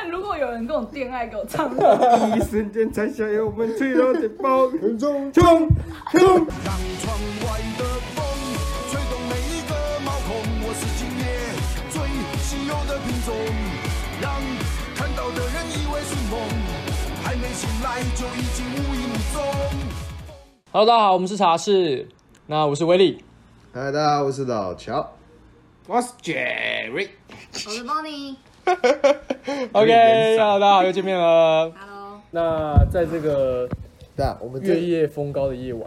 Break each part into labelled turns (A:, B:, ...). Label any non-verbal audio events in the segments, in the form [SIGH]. A: 有人跟我恋爱，给我唱。
B: 一瞬间才想有我们脆弱的包容，
C: 冲
B: 冲冲！
D: 让窗外的风吹动每一个毛孔，我是今夜最稀有的品种，让看到的人以为是梦，还没醒来就已经无影无踪。
E: Hello，大家好，我们是茶室，那我是威力。
C: 嗨，大家好，我是老乔。
B: 我是 Jerry，
A: 我是 Bonnie。
E: [LAUGHS] OK，Hello，大家好，又见面了。
A: Hello。
E: 那在这个
C: 那我们
E: 月
C: 这
E: 夜风高的夜晚，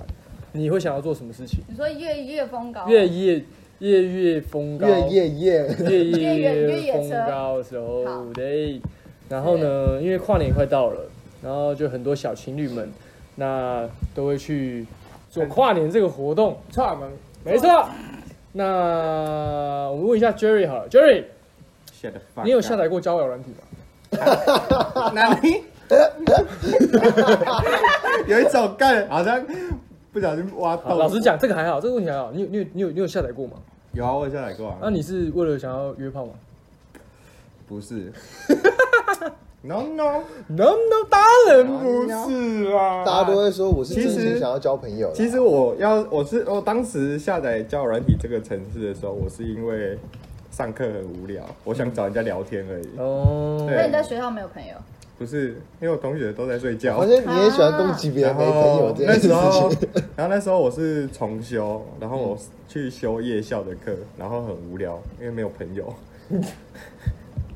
E: 你会想要做什么事情？
A: 你说月夜风高，
E: 月夜夜夜风高，
C: 月夜
E: [LAUGHS]
C: 夜，
F: [LAUGHS]
A: 越
E: 夜
A: 野越
E: 夜
A: 野
E: 风
A: 车
E: 高的时候
A: 好
E: 对。然后呢，因为跨年快到了，然后就很多小情侣们，那都会去做跨年这个活动。
B: 串门
E: 没错。那我们问一下 Jerry 好了，Jerry，
B: 下的饭。
E: 你有下载过交友软体吗？
B: 哪里？
C: 有一种干好像不小心挖
E: 好，
F: 哦
C: 洞。
E: 老实，讲，这个还好，这个问题还好。你有你有你有你有下载过吗？
C: 有啊，我有下载过
E: 那、
C: 啊。
E: 你是为了想要约炮吗
C: 不是，no no，
E: ？No No，当然
B: 不是啊，
F: 大家都会说我是
C: 其
F: 真
C: 实
F: 心想要交朋友啦。
C: 其实我要我是我当时下载交友软体这个城市的时候，我是因为上课很无聊，我想找人家聊天而已，
E: 哦，
A: 那
C: 对
A: 你在学校没有朋友？
C: 不是因为我同学都在睡觉
F: 好。像
A: 啊
F: 你也喜欢攻击别人
C: 然
F: 没朋友
C: 后
F: 这
C: 那
F: 件事
C: 时
F: [LAUGHS]
C: 候
F: 情。，
C: 然后那时候我是重修，然后
F: 嗯
C: 我去修夜校的课，然后很无聊，因为没有朋
F: [LAUGHS]
C: 友，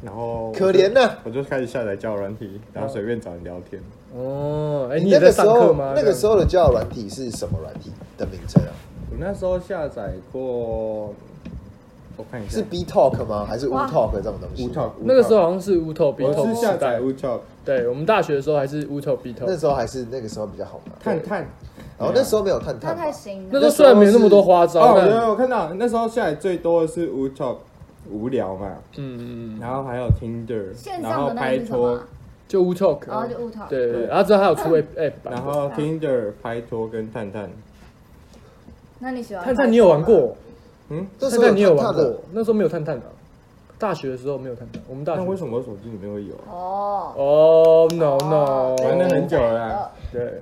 C: 然后我就
F: 可怜啊嗯呐
C: 我就开始下载交友软体，然后随便找人聊天。
E: 哦，哎、你
F: 那
E: 也在
F: 个时
E: 上课
F: 候
E: 吗？，
F: 那个时
E: 候，
F: 候的交友软体是什么软体的名称啊？
C: 我那时候下载过，我看一下，
F: 是 B Talk 吗？还是 U
A: 哇
F: Talk 这种东西？
C: 无套，
E: 那个时候好像是乌头比头
C: 我是下
E: 时代
C: 载，乌套
E: 对我们大学的时候还是乌头比头。
F: 那时候还是那个时候比较好嘛。
C: 探探。
F: 然后那时候没有探
A: 他
F: 探吧
A: 太行
E: 那
A: 了。
E: 时候虽然没有那么多花招，
C: 哦，有
E: 但嗯
C: 有我看到那时候下载最多的是无套，无聊嘛，
E: 嗯嗯，嗯
C: 然后还有 Tinder，
A: 线
C: 然
A: 上
C: 后
A: 的那
C: 拍
A: 个是什么
C: 拖
A: 啊？，
E: 就乌 talk，
A: 然后就 U Talk
E: 对，
C: 对
E: 然后之后还有出 app 啊版的，
C: 然后 Tinder、拍拖跟探探。
A: 那你喜欢？
E: 探探你有玩？过？
C: 嗯
F: 那时
E: 探
F: 候
E: 探你有
F: 探
E: 玩
F: 探
E: 过？那时候没有探探的、大学的时候没有探探，我们大学
C: 那为什么我手机里面会有啊？
A: 哦。
E: 哦、n o
A: 哦
E: no，
A: 对
C: 玩了很久了啊
E: 对，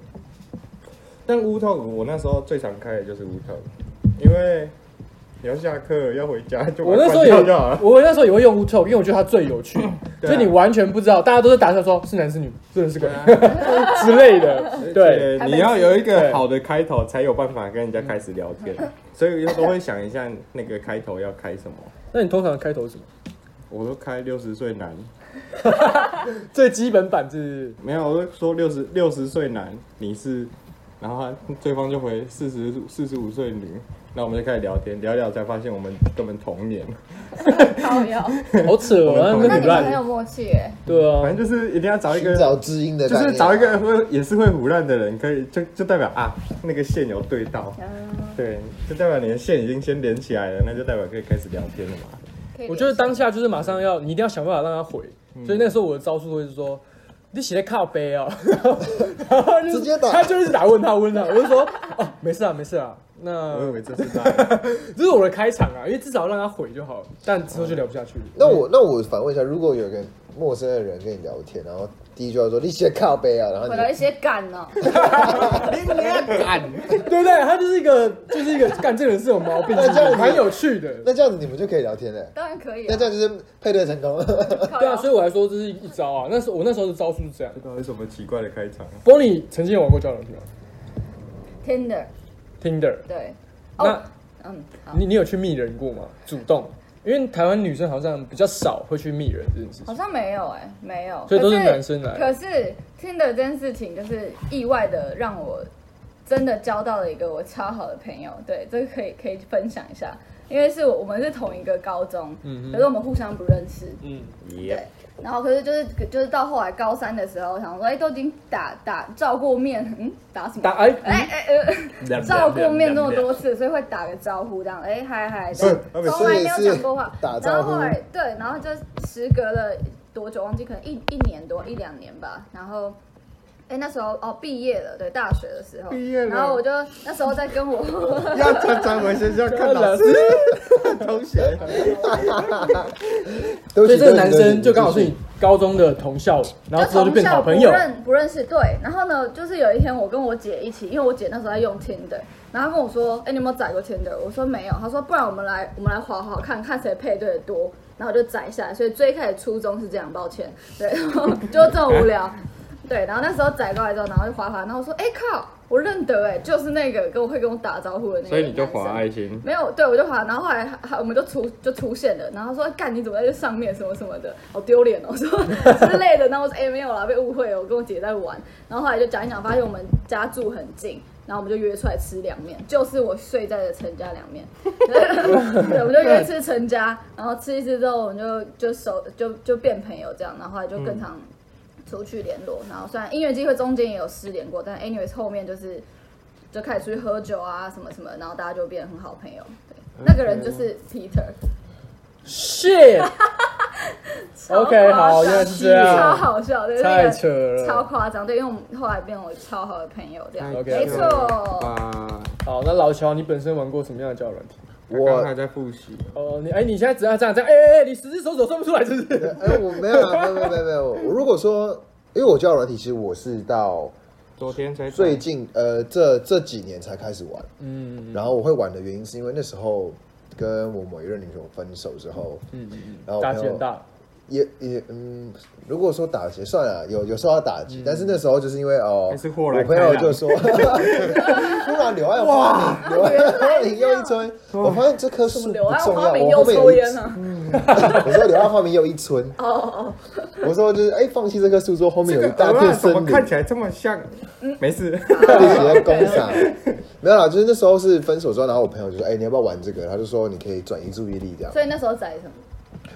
C: 但乌套我那时候最常开的就是乌套，因为你要下课要回家就把
E: 我
C: 它
E: 那时候
C: 关
E: 也
C: 掉就好了。，
E: 我那时候也会用 Uto，因为我觉得它最有趣，
C: 啊对啊
E: 所以你完全不知道，大家都是打算说是男是女，是人是鬼 [LAUGHS] 之类的，对，
C: 而且你要有一个好的开头，才有办法跟人家开始聊天，所以都会想一下那个开头要开什么。
E: 那你通常开头是什么？
C: 我都开六十岁男，
E: 最基本版是
C: 没有，我就说六十六十岁男，你是，然后他对方就回四十四十五岁女，那我们就开始聊天，聊一聊才发现我们根本同年，
A: 靠
E: [LAUGHS]
A: 腰。
E: 好扯啊，
C: 我
A: 那你
C: 们
E: 那很
A: 们很
E: 烂，
A: 有默契耶。
E: 对啊，
C: 反正就是一定要找一个
F: 寻找知音的概
C: 就
F: 念啊，
C: 是找一个 [LAUGHS] 会也是会胡乱的人，可以就就代表啊，那个线有对到，
A: 嗯，
C: 对，就代表你的线已经先连起来了，那就代表可以开始聊天 [LAUGHS] 了嘛。
A: 可以
E: 我觉得当下就是马上要，你一定要想办法让他回，
F: 嗯
E: 所以那时候我的招数会是说。你写在靠背
F: [LAUGHS]
E: 哦，然后就是
F: 直接打
E: 他就一直打问他问他，我就说哦没事啊没事啊，那
C: 我
F: 嗯
C: 以为这是 [LAUGHS] 在
E: 这是我的开场啊，因为至少让他毁就好了，但之后就聊不下去了。
F: 那我那我反问一下，如果有一个陌生的人跟你聊天，然后第一句话说你写靠背啊，然后
A: 回
F: 你
A: 到一些感呢。
E: [LAUGHS] 对不对？他就是一个，就是一个，干这个人是有毛病，
F: 那这样子
E: 蛮有趣的。
F: 那这样子你们就可以聊天嘞。
A: 当然可以啊。
F: 那这样就是配对成 [LAUGHS] 功。
A: 靠
E: 对啊，
A: 腰。
E: 所以我来说这是一招啊。那时候我那时候的招数是这样
C: 这。到底什么奇怪的开场？
E: Bonnie 曾经有玩过交友软件吗
A: Tinder
E: ？Tinder，
A: 对。
E: 那
A: 哦。嗯。好
E: 你你有去密人过吗？主动，因为台湾女生好像比较少会去密人这件事
A: 好
E: 情。
A: 像没有哎、没有，
E: 所以都是
A: 可
E: 男生来
A: 可是 Tinder 这件事情，就是意外的让我真的交到了一个我超好的朋友。对，这个可以可以分享一下，因为是我我们是同一个高中，
E: 嗯哼
A: 可是我们互相不认识。
E: 嗯，
C: 耶，
A: 然后可是就是就是到后来高三的时候，想说哎、都已经打打照过面，嗯，打什么？
E: 打哎
A: 哎哎呃，照过面那么多次，所以会打个招呼这样，哎嗨嗨，这样
C: 不是
A: 从来没有讲过话
F: 是。打
A: 然
F: 招
A: 后
F: 呼
A: 后来对，然后就时隔了多久忘记，可能一一年多一两年吧。然后哎那时候哦毕业了，对，大学的时候
C: 毕业了
A: 然后我就那时候在跟我
C: [LAUGHS] 要常常回学校看老师同学。 [LAUGHS]
F: 对不
E: 所以
F: 起
E: 这个男生就刚好是，
F: 对
E: 你高中的同校，然后之后就
A: 从
E: 变
A: 小
E: 好
A: 不
E: 朋友。
A: 认不认识，对。然后呢，就是有一天我跟我姐一起，因为我姐那时候在用 Tinder，然后她跟我说：“哎、你有没有载过 Tinder？” 我说没有。她说：“不然我们来我们来划划看看谁配对的多。”然后我就载下来。所以最开始初衷是这样，抱歉，对， [LAUGHS] 然后就这么无聊。对，然后那时候载过来之后，然后就划划，然后我说：“哎、靠，我认得哎、就是那个跟我会跟我打招呼的那个。”
G: 所以你就划爱
C: 嗯
G: 心，
A: 没有，对我就滑，然后后来还还我们就出就出现了，然后说干你怎么在这上面什么什么的，好丢脸哦，我说之类的，然后我说哎、没有啦，被误会了，我跟我姐在玩，然后后来就讲一讲，发现我们家住很近。然后我们就约出来吃凉面，就是我睡在的陈家凉面，对，我们就约吃陈家，然后吃一吃之后，我们就就熟就就变朋友这样，然后后来就更常出去联络，然后虽然音乐机会中间也有失联过，但 anyways 后面就是就开始出去喝酒啊什么什么，然后大家就变得很好朋友。对，那个人就是
E: 嗯
A: Peter。
E: Shit，OK，
A: [LAUGHS] 超夸张
E: 好原来是这样
A: 超好笑，对，那
E: 太
A: 个
E: 扯
A: 超
E: 了。
A: 夸张，对，因为我们后来变为超好的朋友，这样，
E: OK，
A: 没
C: 哦
A: 错，
C: 哇，
E: 好，那老乔，你本身玩过什么样的交友软体？
F: 嗯
C: 我啊刚
F: 我
C: 还在复习，
E: 哦，你哎，你现在只要这样这样，哎哎哎，你十只手指算不出来是不是？
F: 哎，我没有啊，没有没有没有。我如果说，因为我交友软体，其实我是到
C: 昨天才
F: 最近呃这这几年才开始玩，
E: 嗯，
F: 然后我会玩的原因是因为那时候跟我某一任女朋友分手之后，嗯嗯，然后我
E: 打
F: 朋
E: 击
F: 友
E: 很大。
F: 也也嗯，如果说打击算了，有有受到打
E: 嗯
F: 击，但是那时候就是因为哦，
G: 还是豁然
F: 我朋
G: 开
F: 友
G: 朗
E: [LAUGHS]
F: 就说，突然柳暗花明，柳暗花明
E: 啊
F: 又一村，我发现这棵树不
A: 柳暗
F: 重
A: 花
F: 要，
A: 明
F: 我
A: 又
F: 后面有
A: 抽
F: 一，
A: 烟啊了，
F: [LAUGHS] 我说柳暗花明又一村，
A: 哦哦
F: 我说就是哎，放弃这棵树之后，后
G: 这
F: 面有
G: 个
F: 一大
G: 鹅
F: 片
G: 啊怎么
F: 森林，
G: 看起来这么像？
E: 嗯
G: 没事，
F: 到底谁在攻啥？没有啦，就是那时候是分手之后，然后我朋友就说：“哎、你要不要玩这个？”他就说：“你可以转移注意力这样
A: 哦，。所以那时候载什么？”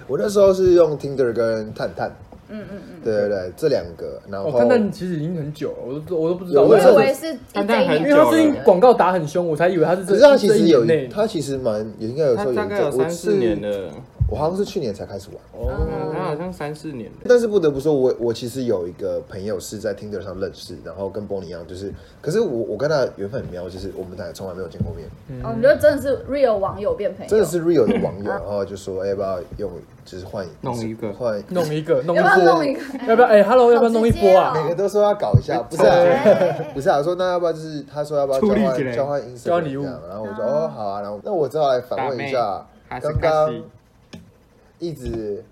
F: 我那时候是用 Tinder 跟探探，嗯嗯嗯，对对对，这两个，然后、
E: 哦，但但其实已经很久了，我都不我都不知道，
F: 有
E: 我
A: 我
E: 以
F: 这
A: 以
E: 为
A: 为是
G: 但但
A: 这一
G: 很
E: 因
A: 年
E: 为
G: 久
E: 他
G: 了
E: 最近广告打很凶，我才以为他是
F: 可
E: 这
F: 是他其
E: 这一
F: 实有
E: 年
F: 一，
E: 内。
F: 他其实蛮也应该有
C: 他
F: 说
C: 大
F: 有一
C: 概有
F: 阵，我
C: 三四年
F: 是
C: 了，
F: 我好像是去年才开始玩，
E: 哦
G: 嗯他好像三四年了。
F: 但是不得不说，我我其实有一个朋友是在 Tinder 上认识，然后跟 b o n 一样，就是，可是我我跟他缘分很妙，就是我们俩从来没有见过面，
A: 哦，你就真的是 real 网友变朋友，
F: 真的是 real 的网友，然后就说、哎要不要用，就是换
G: 弄一个
F: 换
E: 弄一个，弄一
A: 要不要弄一
E: 波，
A: 个？
E: 要不要？哎，Hello，要不要弄一波
A: 好直
E: 啊
A: 接？哦
F: 每个哎都说要搞一下，不是啊，不是啊，我说那要不要就是他说要不要交
G: 出力之
F: 换
G: 类
F: 交换 i n s
E: 交换礼物
F: 然后我说哦好啊，然后那我只好来反问一下
C: 还是
F: 刚
C: 开
F: 刚
C: 始
F: 一直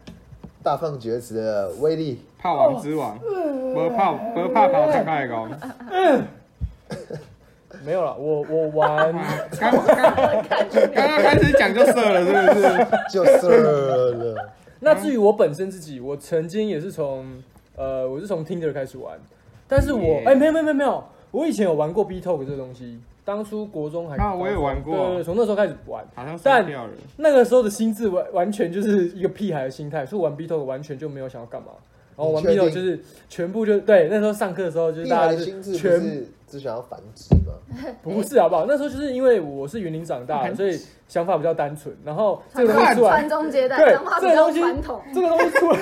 F: 大放厥词的威力，
C: 炮王之
E: 哦
C: 王，不怕不怕
E: 嗯
C: 跑太快
E: [LAUGHS]
C: 哦，
E: 没有了，我我玩，
C: 刚刚刚刚开始讲就射了，是不是？
F: 就是 [LAUGHS] 了，
E: 那至于我本身自己，我曾经也是从呃，我是从 Tinder 开始玩，但是我
C: Yeah
E: 哎、没有没有没有没有，我以前有玩过 B Talk 这个东西，当初国中还
C: 啊我也玩过
E: 对对对，从那时候开始玩，
C: 好像射
E: 但
C: 掉了，
E: 那个时候的心智完完全就是一个屁孩的心态，所以玩 B Talk 完全就没有想要干嘛。然后玩
F: 你确
E: B
F: 定
E: Talk 就是全部就对，那时候上课的时候就是
F: 碧
E: 大
F: 海
E: 家
F: [LAUGHS] 的
E: 就
F: 心智
E: 是
F: 不
E: 全
F: 是只想要繁殖吗？
E: 不是好不好？那时候就是因为我是云林长大的，所以想法比较单纯。然后这个东西出来
A: 传，宗接代，
E: 对
A: 讲话比
E: 这个
A: 较
E: 东西
A: 传统，
E: 这个东西出来，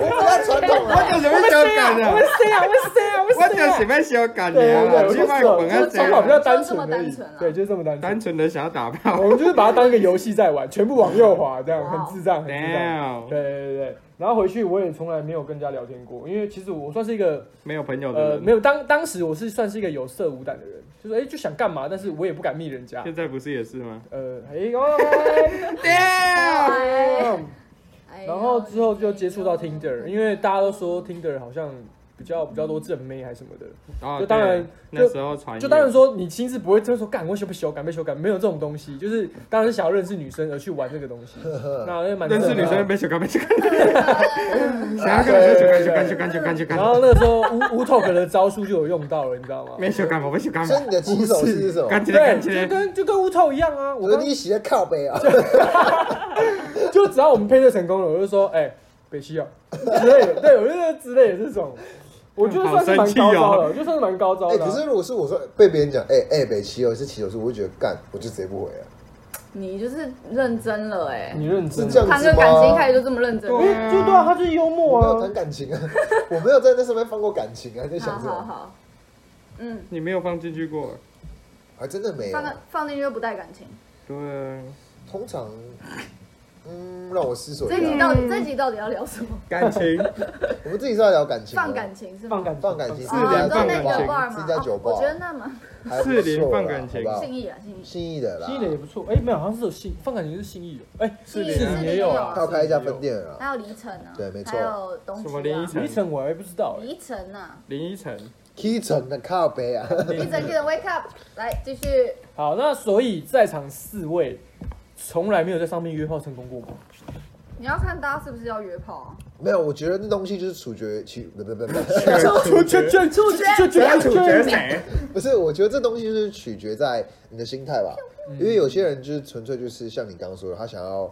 F: 我不太传统啊，
C: 有什么小感
E: [LAUGHS] 我
C: 的？
E: 会塞啊，我会塞啊，我
C: 我
E: 会塞
C: 有
E: 啊
C: 什。么小感的
E: 对对
C: 啊？
E: 对，
C: 去外
E: 我
C: 国
E: 就
C: 啊，
E: 是
C: 这
E: 想法比较
C: 样
E: 单纯
A: 就这么
E: 而
A: 单
E: 已
A: 纯啊啦，
E: 对，就是这么单
C: 单
E: 纯。
C: 纯的想要打炮
E: 我。们就是把它当一个游戏在玩，全部往右滑，这样
A: 哇哦
E: 很智障，很智障。
C: Damn，
E: 对对对对，然后回去我也从来没有跟人家聊天过，因为其实我算是一个
C: 没有朋友的
E: 呃，
C: 人，
E: 没有当当时我是算是一个有色无胆的人，就是哎、就想干嘛，但是我也不敢密人家。
C: 现在不是也是吗？
E: 呃，哎、哦，
A: 哎 [LAUGHS] 哎
E: 然后之后就接触到 Tinder，因为大家都说 Tinder 好像比较比较多正妹还是什么的，
C: 哦，
E: 就当然
C: 对那时候传言，
E: 就当然说你心智不会真的说干我修不修改被修改，没有这种东西，就是当然是想要认识女生而去玩这个
F: [LAUGHS]
E: 东西，那也蛮
C: 认识
E: 正的
C: 女
E: 啊
C: 生被小干被小干，想要跟女生小干小干小干小干
E: 然后那个时候无无 talk 的招数就有用到了，你知道吗？
C: 没小干我被小干，
F: 所以你的起手式是什么？
C: 干起来
E: [LAUGHS] 对，
C: 干起来
E: 就，跟就跟无 talk 一样啊，我
F: 我说
E: 刚
F: 你洗的靠
C: [LAUGHS]
F: 背啊，
E: 就只要我们配对成功了，我就说，哎、北西啊之类的，对我觉得之类的这种，我觉得算是蛮高招
F: [LAUGHS]
E: 的，我觉得算是蛮高招
F: 哎，
E: 的啊、
F: 可是如果是我说被别人讲，哎哎北七哦是起手式，我会觉得干，我就直接不回了，
A: 你就是认真了哎，
E: 你认真
F: 是这样
A: 谈
F: 子
A: 个
F: 吗？
A: 感情一开始就这么认真，
E: 因为就对啊，他就是幽默
F: 我没有
E: 啊
F: 谈。感情啊， [LAUGHS] 我没有在那上面放过感情啊，在
A: 好
F: 想什
A: 好
F: 么？
A: 好，嗯，
C: 你没有放进去过，
F: 哎还真的没有啊
A: 放。个放进去就不带感情，
C: 对啊，
F: 通常嗯，让我思索
A: 这
F: 一
A: 集
F: 下。
A: 到底这集到底要聊什么？
G: 感情，
F: 我们自己是要聊感情吗，
A: 放感情是吗？
E: 放感
F: 啊放感情，
G: 四
A: 哦
G: 连
A: 你
G: 放
A: 说那
G: 感
A: 个
G: 情
A: bar
F: 自
A: 嘛
F: 己家酒吧，哦
A: 我觉得那蛮
F: 还不
G: 四连
F: 错啦
G: 放感情
F: 好不好
A: 信义啦，啊信义。
F: 信义的啦，
E: 新的也不错，哎，没有，好像是有信，放感情是信义的，哎，
A: 信义
G: 连
A: 是
G: 啊
A: 林
E: 也有啊
F: 他要开一家分店了啦
A: 还有离城 [LAUGHS] 啊，
F: 对没错
A: 还有东区
G: 什么林依
A: 啊，
G: 晨
E: 李晨我还不知
G: [LAUGHS]
E: 道，哎
A: 离城啊，
G: 林依晨，
F: ，Key 城的靠背啊， [LAUGHS]
A: 一整天的 wake up，来继续。
E: 好，那所以在场四位从来没有在上面约炮成功过吗？
A: 你要看大家是不是要约炮啊？
F: 没有，我觉得那东西就是处决其不
G: [LAUGHS]
F: 不不不，
E: 出圈圈出圈圈
G: 要处决谁？
F: 不是，我觉得这东西就是取决在你的心态吧，因为有些人就是纯粹就是像你刚刚说的，他想要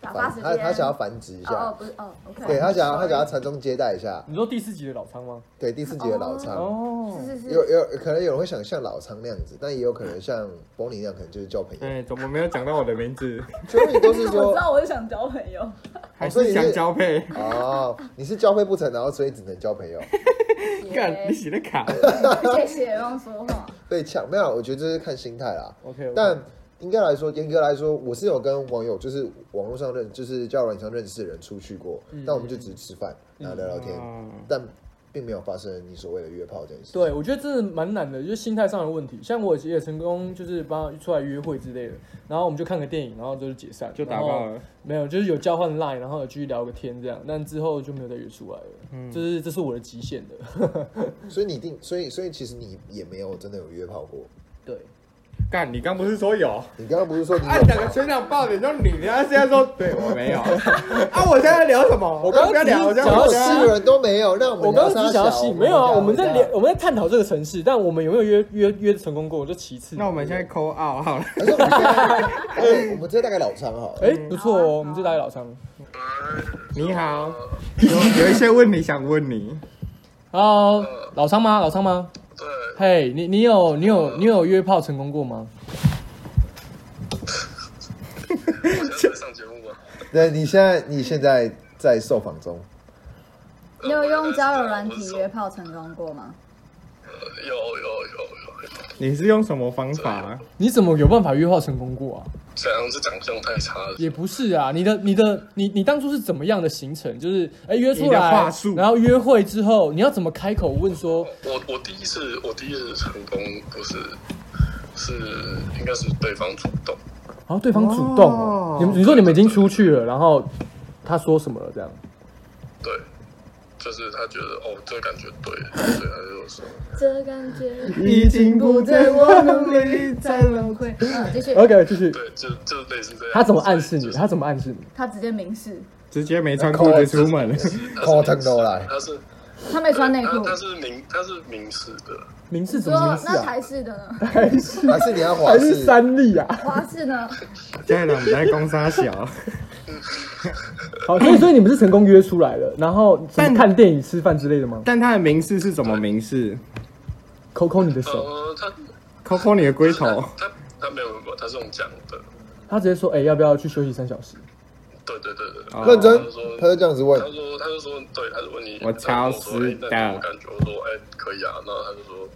A: 打发
F: 繁
A: 时间。
F: 他他想要繁殖一
A: 哦哦
F: 下，
A: 不是哦，OK。
F: 对他想要他
A: Sorry
F: 想要传宗接代一下，
E: 你说第四集的老仓吗？
F: 对第四集的老
G: 嗯
F: 仓。
E: 哦，
A: 是是
F: 有
A: 是，
F: 有可能有人会想像老仓那样子，但也有可能像 b o n 那样，可能就是交朋友。
G: 哎，怎么没有讲到我的名字？
F: 所以你都
A: [LAUGHS]
F: 是
A: 我
F: 说
A: 知道我是想交朋友，
G: 还是想交配？
E: [LAUGHS]
F: 哦，你是交配不成，然后所以只能交朋友，
G: 干，你洗的卡，
A: 谢谢让说话。
F: 被抢没有？我觉得这是看心态啦。
E: OK，
F: 但应该来说，严格来说，我是有跟网友，就是网络上认，就是交友软件上认识的人出去过，
E: 嗯
F: 但我们就只是吃饭，然后聊聊天，
G: 嗯
F: 但并没有发生你所谓的约炮这件事。
E: 对，我觉得这是蛮难的，就是心态上的问题。像我也成功，就是帮他出来约会之类的，然后我们就看个电影，然后就是解散，
G: 就打
E: 然后
G: 爆了。
E: 没有，就是有交换 line，然后有继续聊个天这样，但之后就没有再约出来了。嗯，就是这是我的极限的。
F: 所以你定，所以所以其实你也没有真的有约炮过。
E: 对，
G: 干，你刚不是说有？
F: 你刚刚不是说你
E: 哎
G: 啊，
F: 有
G: 两个全场爆点就你，然后现在说对我没有。 [LAUGHS] 啊，我现在聊什么？我刚刚不要聊，我现在
E: 讲
F: 我
E: 到
G: 不
E: 吸
F: 四
G: 聊
F: 个人都没有，那我们
E: 我刚刚只
F: 聊啥
E: 想要
F: 小
E: 吸引，没有啊，我们在
F: 聊
E: 聊，我们在探讨这个城市，但我们有没有约约约成功过，就其次。
G: 那我们现在扣二好了。
F: 还是我们现在还是我们直接大概老仓好了。
G: 嗯
E: 哎不错
G: 啊
E: 哦，我们就打给老张。
G: 你好，有有一些问题想问你。
E: Hello，老张吗？老张吗？
H: 对，
E: 嘿、你你有你有你有约炮成功过吗？
H: 我现在在上节目吗？
F: 对，你现在你现在在受访中，
A: 你有用交友软体约炮成功过吗？
H: 有有有有，
G: 你是用什么方法？
E: 你怎么有办法约炮成功过啊？
H: 沈阳是长相太差了，
E: 也不是啊，你的你的你你当初是怎么样的行程？就是哎约出
G: 你的
E: 来
G: 话术，
E: 然后约会之后，你要怎么开口问说
H: 我我第一次我第一次成功不是是应该是对方主动，
E: 然后对方主动哦，你们你说你们已经出去了，然后他说什么了这样？
H: 对，就是他觉得哦这个感觉对，所以他就说
A: 这感觉
G: 已经不在我能力。
A: 再轮回。嗯，继续。
E: OK，继续。
H: 对，就就类似这样。
E: 他怎么暗示你？
H: 就是
E: 他怎么暗示你？
A: 他直接明示，
G: 直接没穿裤子出门，
F: call 腾都来，
H: 他是
A: 他没穿内
H: 他
A: 裤。
H: 他是明他是明示的，
E: 明示怎么
A: 说
E: 明示
A: 那
E: 啊？
A: 台式的呢？
E: 还是
F: 还是你要滑
E: 还是
F: 式？
E: 三立啊？
A: 华式呢？
G: 现在两个在攻沙小，
E: [LAUGHS] 好，所以所以你们是成功约出来了，然后怎么
G: 但
E: 看电影、吃饭之类的吗？
G: 但他的名示是怎么名示？
E: 抠抠你的手，
H: 呃，他
G: 抠抠你的龟头，
H: 他他没有没有，他是用讲的，
E: 他直接说，哎，要不要去休息三小时？
H: 对对对对。
F: 认真
H: 他就说，
F: 他就这样子问
H: 他，说，他就说，对，他就问你，
G: 我超
H: 他就问我说
G: 时
H: 哎
G: 代
H: 那你有感觉，我说，哎、可以啊。那他就说，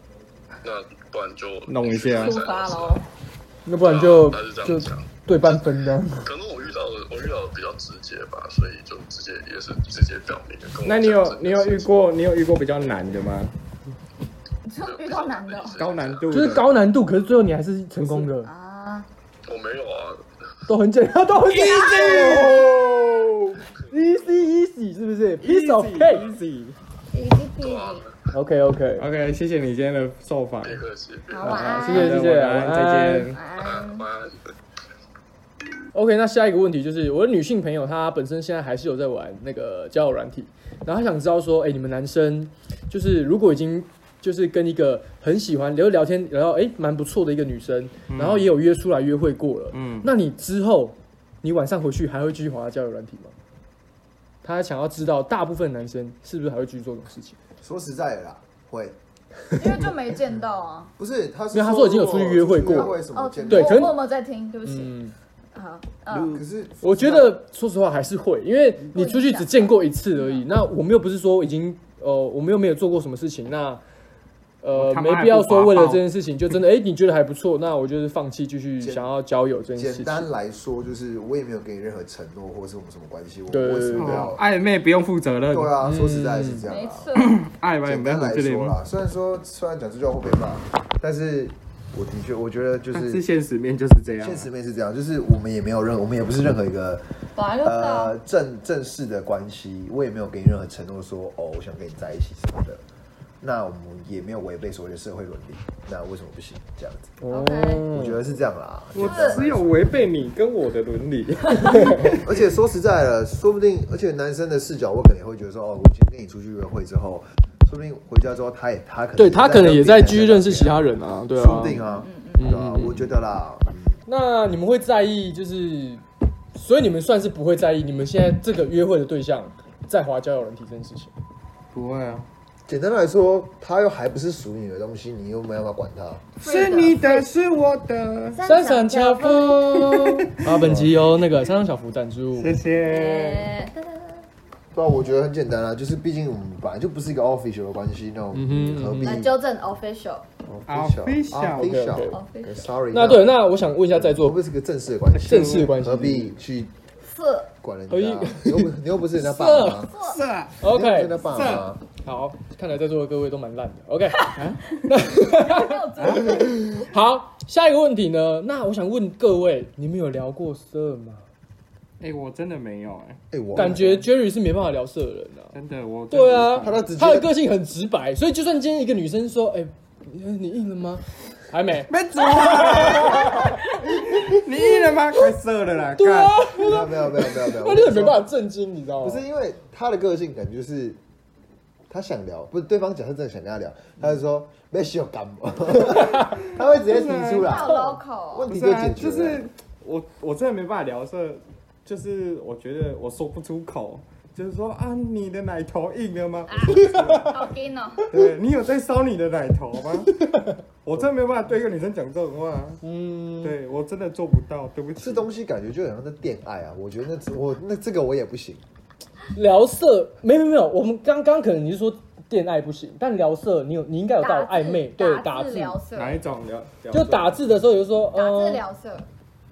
H: 那不然就
G: 弄一下
A: 出发喽！
E: 要不然就
H: 啊他是这
E: 就
H: 样讲。
E: 对半分这样。
H: 可能我遇到的，我遇到的比较直接吧，所以就直接也是直接表明跟我讲
G: 那你
H: 这
G: 有
H: 件
G: 你有
H: 事
G: 遇
H: 情
G: 过你有遇过比较难的吗？
A: 你就遇到男的哦
G: 高难度的
E: [LAUGHS] 就是高难度，可是最后你还是成功的，
A: 啊？
H: 我没有啊，
E: 都很简 [LAUGHS] 单，都很简
G: 哎
E: [LAUGHS] 单，easy easy 是不是？piece of cake。
G: easy。
A: 滴滴
H: 对
A: 滴，
H: 啊，
E: OK OK，
G: OK，谢谢你今天的受访，
H: 别客气，别
A: 好
H: 客
A: 晚安，
C: 啊
E: 谢谢谢谢，
G: 晚安再见。
A: 晚安
H: 气，。晚安。
E: OK，那下一个问题就是，我的女性朋友她本身现在还是有在玩那个交友软体，然后她想知道说，哎、你们男生就是如果已经就是跟一个很喜欢聊聊天，然后哎蛮、不错的一个女生，然后也有约出来约会过了，嗯
G: 嗯，
E: 那你之后你晚上回去还会继续滑她交友软体吗？她想要知道大部分男生是不是还会继续做这种事情？
F: 说实在的啦，会
A: 因为就没见到啊。
F: 不是他是
E: 没有他说已经有出去约会过
F: 如果出去约会什么
A: 哦，
F: 见
E: 对
A: 我
E: 可能
A: 默默在听，对不起。
E: 嗯，
A: 好，嗯，
F: 可是
E: 我觉得说实话还是会，因为你出去只见过一次而已。那我们又不是说已经呃，我们又没有做过什么事情，那呃
C: 我他妈
E: 没
C: 还
E: 必要
C: 不
E: 说
C: 划
E: 为了
C: 爆
E: 这件事情
C: [LAUGHS]
E: 就真的哎、你觉得还不错，那我就是放弃继续
F: 简
E: 想要交友这件事
F: 简
E: 情。
F: 单来说，就是我也没有给你任何承诺，或者是我们什么关系，我
E: 对
F: 我也是不
C: 哦
F: 要。
C: 暧昧不用负责任，
F: 对啊，说实在是这样
A: 嗯没
F: 啊。
A: 错，
E: 嗯
C: 暧昧
F: 简
C: 不
F: 单
C: 用
F: 来
C: 这里
F: 说，啦，虽然说虽然讲这句话会被骂，但是我的确我觉得就
C: 但
F: 是
C: 是现实面就是这样啊。
F: 现实面是这样，就是我们也没有任，我们也不是任何一个
A: 本来就是啊
F: 呃。正正式的关系，我也没有给你任何承诺说哦，我想跟你在一起什么的。那我们也没有违背所谓的社会伦理，那为什么不行？这样子，
E: 哦
A: OK
F: 我觉得是这样啦。
C: 嗯我只有哎违背你跟我的伦理，
F: 而且说实在的，说不定，而且男生的视角，我可能也会觉得说，哦，我今天跟你出去约会之后，说不定回家之后，他也他可能
E: 对他可能也在继续认识其
F: 他，
E: 他人啊，对
F: 说
E: 啊
F: 不。定啊，
C: 嗯
F: 对啊，我觉得啦，
E: 那你们会在意就是，所以你们算是不会在意你们现在这个约会的对象在滑交友软体这件事情。
C: 不会啊，
F: 简单来说，他又还不是属于你的东西，你又没办法管他。
C: 是你的，是我的，
E: 三闪乔
F: [LAUGHS]
E: 夫，啊，本集由那个三闪小福赞助。
C: 谢谢。
A: 耶哒哒
F: 对啊，我觉得很简单啊，就是毕竟我们本来就不是一个 official 的关系，那我
E: 嗯
F: 们何必
A: 来呃纠正 official
E: OK，OK
A: official
F: ？official，sorry。
E: 那对，那我想问一下在
F: 我
E: 座
F: 不是个正式的关系，
E: 正式的关系
F: 何必去
A: 色
F: 管人家？
E: 何
F: 啊
E: 必
F: 你又不你又不是人
E: [LAUGHS]
F: 家爸妈，
C: 是啊，
F: 你又不是人
E: ，OK，
F: 家爸妈。
E: 好，看来在座的各位都蛮烂的，OK。
A: 没有
F: 哎
A: 足够
E: [LAUGHS] 好，下一个问题呢？那我想问各位，你们有聊过色吗？
C: 哎，我真的没有哎，
F: 哎，我
E: 感觉 Jerry 是没办法聊色的人啊。
C: 真的我真的
E: 对啊，
F: 他都直接
E: 他的个性很直白，所以就算今天一个女生说：“哎、你你硬了吗？”还没。
C: 没走啊， [LAUGHS] 你硬了吗？快射了啦，
E: 对啊
C: 干，
F: 没有没有没有没有没有，
E: 那就很没办法震惊，你知道吗？
F: 不是因为他的个性感觉就是他想聊，不是对方假设真的想跟他聊，他就
E: 嗯
F: 说没需要干嘛， [LAUGHS] 他会直接提出
A: [LAUGHS] 好
F: 来，
A: local
F: 问
A: 哦。
C: 不
F: 题
C: 是
F: 就
C: 啊，
F: 解决
C: 就
F: 了。
C: 是我我真的没办法聊色，就是我觉得我说不出口，就是说啊，你的奶头硬了吗？
F: 啊
A: 好 gay 哦，
C: 对你有在烧你的奶头
F: [LAUGHS]
C: 吗？我真的没有办法对一个女生讲这种话，嗯，对我真的做不到，对不起。
F: 这东西感觉就很像在恋爱啊，我觉得那我那这个我也不行，
E: 聊色，没没没有，我们刚刚可能你是说恋爱不行，但聊色，你有你应该有
A: 打
E: 到暧昧，对，打
A: 字
E: 字，
A: 聊色，
E: 哎
C: 哪一种聊？聊
E: 就打字的时候有说，
A: 打
E: 呃
A: 字聊色，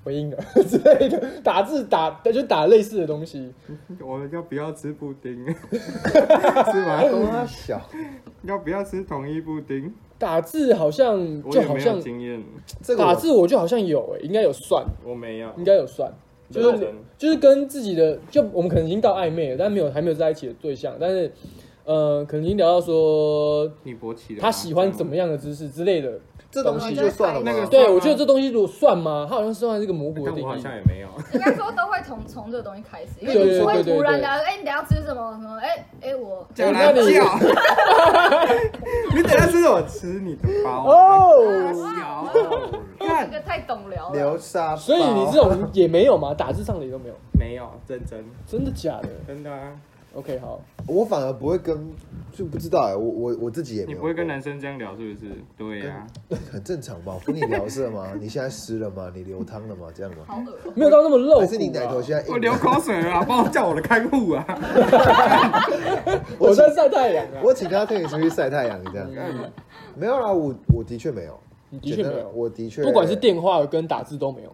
E: 回应了之类的，打字打就打类似的东西，
C: 我要不要吃布丁？ [LAUGHS]
F: 是吗？东啊小，
C: 要不要吃统一布丁？
E: 打字好像
C: 我
E: 就
C: 也
E: 好
C: 没有
E: 像
C: 经验，
F: 这个我
E: 打字，我就好像有诶、应该有算，
C: 我没有。
E: 应该有算，就
C: 认
E: 是
C: 真
E: 就是跟自己的，就我们可能已经到暧昧了，但没有还没有在一起的对象，但是呃，可能已经聊到说
C: 你勃起了吗？
E: 他喜欢怎么样的姿势之类的。
F: 这东西就算了
C: 那个
F: 吗？
E: 对，
C: 算吗
E: 我觉得这东西如果算吗？它好像是算是个模糊
C: 这样？但
E: 的定
C: 我好像
E: 义。
C: 也没有。 [LAUGHS]
A: 应该说都会从从这个东西开始，因为
E: 对对
A: 你不会
E: 对对
A: 突然
E: 对
A: 聊，哎，你等一下吃什么什么？哎哎，我
C: 叫来
E: 那你
C: 叫，你等下吃什么？吃你的包。 [LAUGHS]
E: 哦，
A: 哇啊 [LAUGHS] 这
C: 看
A: 个太懂聊了
F: 流，沙包，
E: 所以你这种也没有吗？打字上的也都没有，
C: 没有，认真，
E: 真的假的
C: 真的啊！
E: ？OK，好，
F: 我反而不会跟，就不知道哎、我我我自己也没
C: 你
F: 有
C: 不
F: 过，
C: 会跟男生这样聊是不是？对啊呀，
F: 很正常吧？我跟你聊色吗？
C: [LAUGHS]
F: 你现在湿了吗？你流汤了吗？这样吗？
A: 好恶哦。
E: 没有到那么露骨啊。
F: 还是你奶头现在
C: 我
F: 硬
C: 流
F: 了？
C: 口水了啊，帮我叫我的看护啊！
E: [LAUGHS] 我在晒太阳啊。
F: 我请他推你出去晒太阳，这样
C: 嗯
F: 没有啦，啊我我的确没有，
E: 你的确没
F: 简单
E: 有，
F: 的我的确
E: 不管是电话跟打字都没有。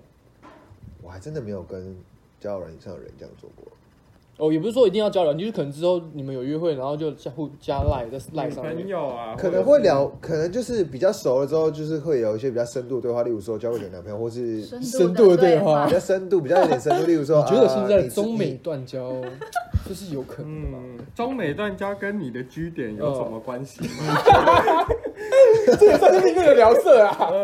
F: 我还真的没有跟交友软件上的人这样做过。
E: 哦，也不是说一定要交流，你就是可能之后你们有约会，然后就加互加赖在赖
C: 女
E: 上面
C: 朋。友啊，
F: 可能会聊，可能就是比较熟了之后，就是会有一些比较深度的对话，例如说交过几个男朋友，或是
E: 深度的对话
F: 比较深度、比较有点深度，例如说，
E: 我觉得
F: 啊
E: 现在
F: 你
E: 中美
F: 你
E: 断交 [LAUGHS] 就是有可能吧。 [LAUGHS]
C: 嗯，中美断交跟你的居点有什么关系吗？
E: 这算是另类的聊色啊。 [LAUGHS]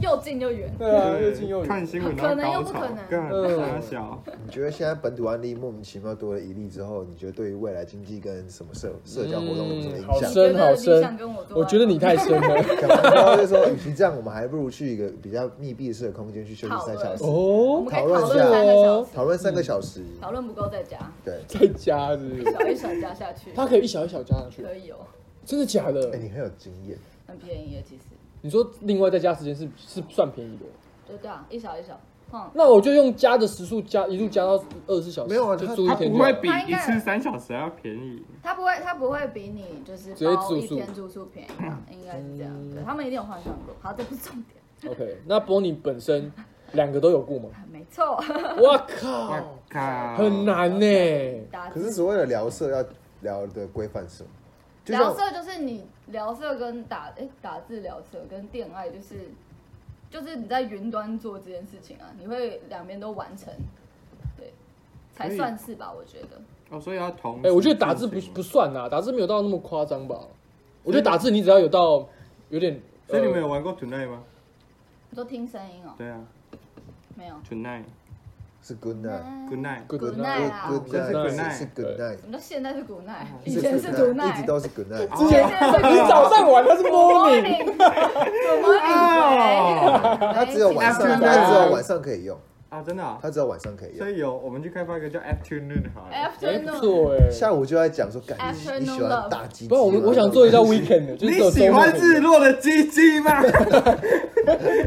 A: 又近又远，
E: [LAUGHS] 对啊，又近又远。嗯
C: 看新闻然后高潮，干傻小，
F: 你觉得现在本土案例莫名其妙多了一例之后，你觉得对于未来经济跟什么社社交活动有什么
E: 嗯
F: 影
E: 好
F: 响？
E: 深
A: 你觉得
E: 好
A: 理
E: 深
A: 想跟我
F: 啊
A: 做爱
E: 我觉得你太深
F: [LAUGHS]
E: 了。
F: 讲完之后就说，与其这样，我们还不如去一个比较密闭式的空间去休息三小时，
A: 我
E: 哦
A: 们，可以
F: 讨
A: 讨
F: 论
A: 论
F: 一下
A: 三个小时，
F: 讨论三个小时。
A: 讨论不够再加，
F: 对，
E: 在家是不是
A: 一小一小加下去，
E: 他可以一小一小加上去，
A: 可以哦，
E: 真的假的
F: 哎，？你很有经验，
A: 很便宜耶，其实。
E: 你说另外再加时间是是算便宜的，
A: 就对啊，一小一小，嗯
E: 那我就用加的时速加，一路加到二十四小时，
F: 没有啊
E: 就
F: 他
E: 住一
C: 它
E: 天
C: 不
E: 就好
C: 会
E: 了。
C: 比一次三小时还要便宜。
A: 他不会，他不会比你就是
E: 直接
A: 包
E: 住
A: 一
E: 宿嗯
A: 天住宿便宜吧，应该是这样。对他们一定有换算过。好，这不是重点，
E: OK，那 Bonnie 本身两个都有过吗？
A: 啊没错。
E: 我靠，
C: 我靠，
E: Oh 很难呢、
A: 打
F: 可是所谓的聊色要聊的规范是什么？就像
A: 聊色就是你聊色跟打哎、打字聊色跟恋爱就是就是你在云端做这件事情啊，你会两边都完成，对，才
C: 可以
A: 算是吧？我觉得
C: 哦，所以要同时进行。
E: 哎、我觉得打字不不算啦，打字没有到那么夸张吧？我觉得打字你只要有到有点，
C: 所以你
E: 呃
C: 们有玩过 Tonight 吗？
A: 你说听声音哦、
C: 对啊
A: 没有嗯
C: ，Tonight
F: 是 good
C: Good Night。
E: good
A: good
E: night
A: night 啦
F: night，good
C: 这是
F: night，
C: good
F: 是
C: night
F: 是 good night，
A: 你说现在是古奈，
C: 哦
A: 以
F: 是
A: 前是古
F: night，一
A: 奈
F: 直，都是 good night。
A: 之
E: 啊
A: 前是
E: 你早上玩他 [LAUGHS] 是 morning，
A: 古
C: 啊
A: 奈，
F: 它只有晚上，
C: Afternoon
F: 它只有晚上可以用，
C: 啊，真的啊。
F: 它只有晚上可以
C: 所
F: 用。
C: 以有，我们去开发一个叫 Afternoon 好了。
E: 没
A: afternoon [LAUGHS]
E: 错哎、
F: 下午就在讲说，感你
A: Afternoon
F: 你喜欢大鸡鸡
E: 不
F: 吗？啊
E: 然我们我想做一道 weekend 的，就
C: 你
E: 是只有
C: 喜
E: 周末
C: 欢
E: 可以
C: 日落的鸡鸡吗？ [LAUGHS]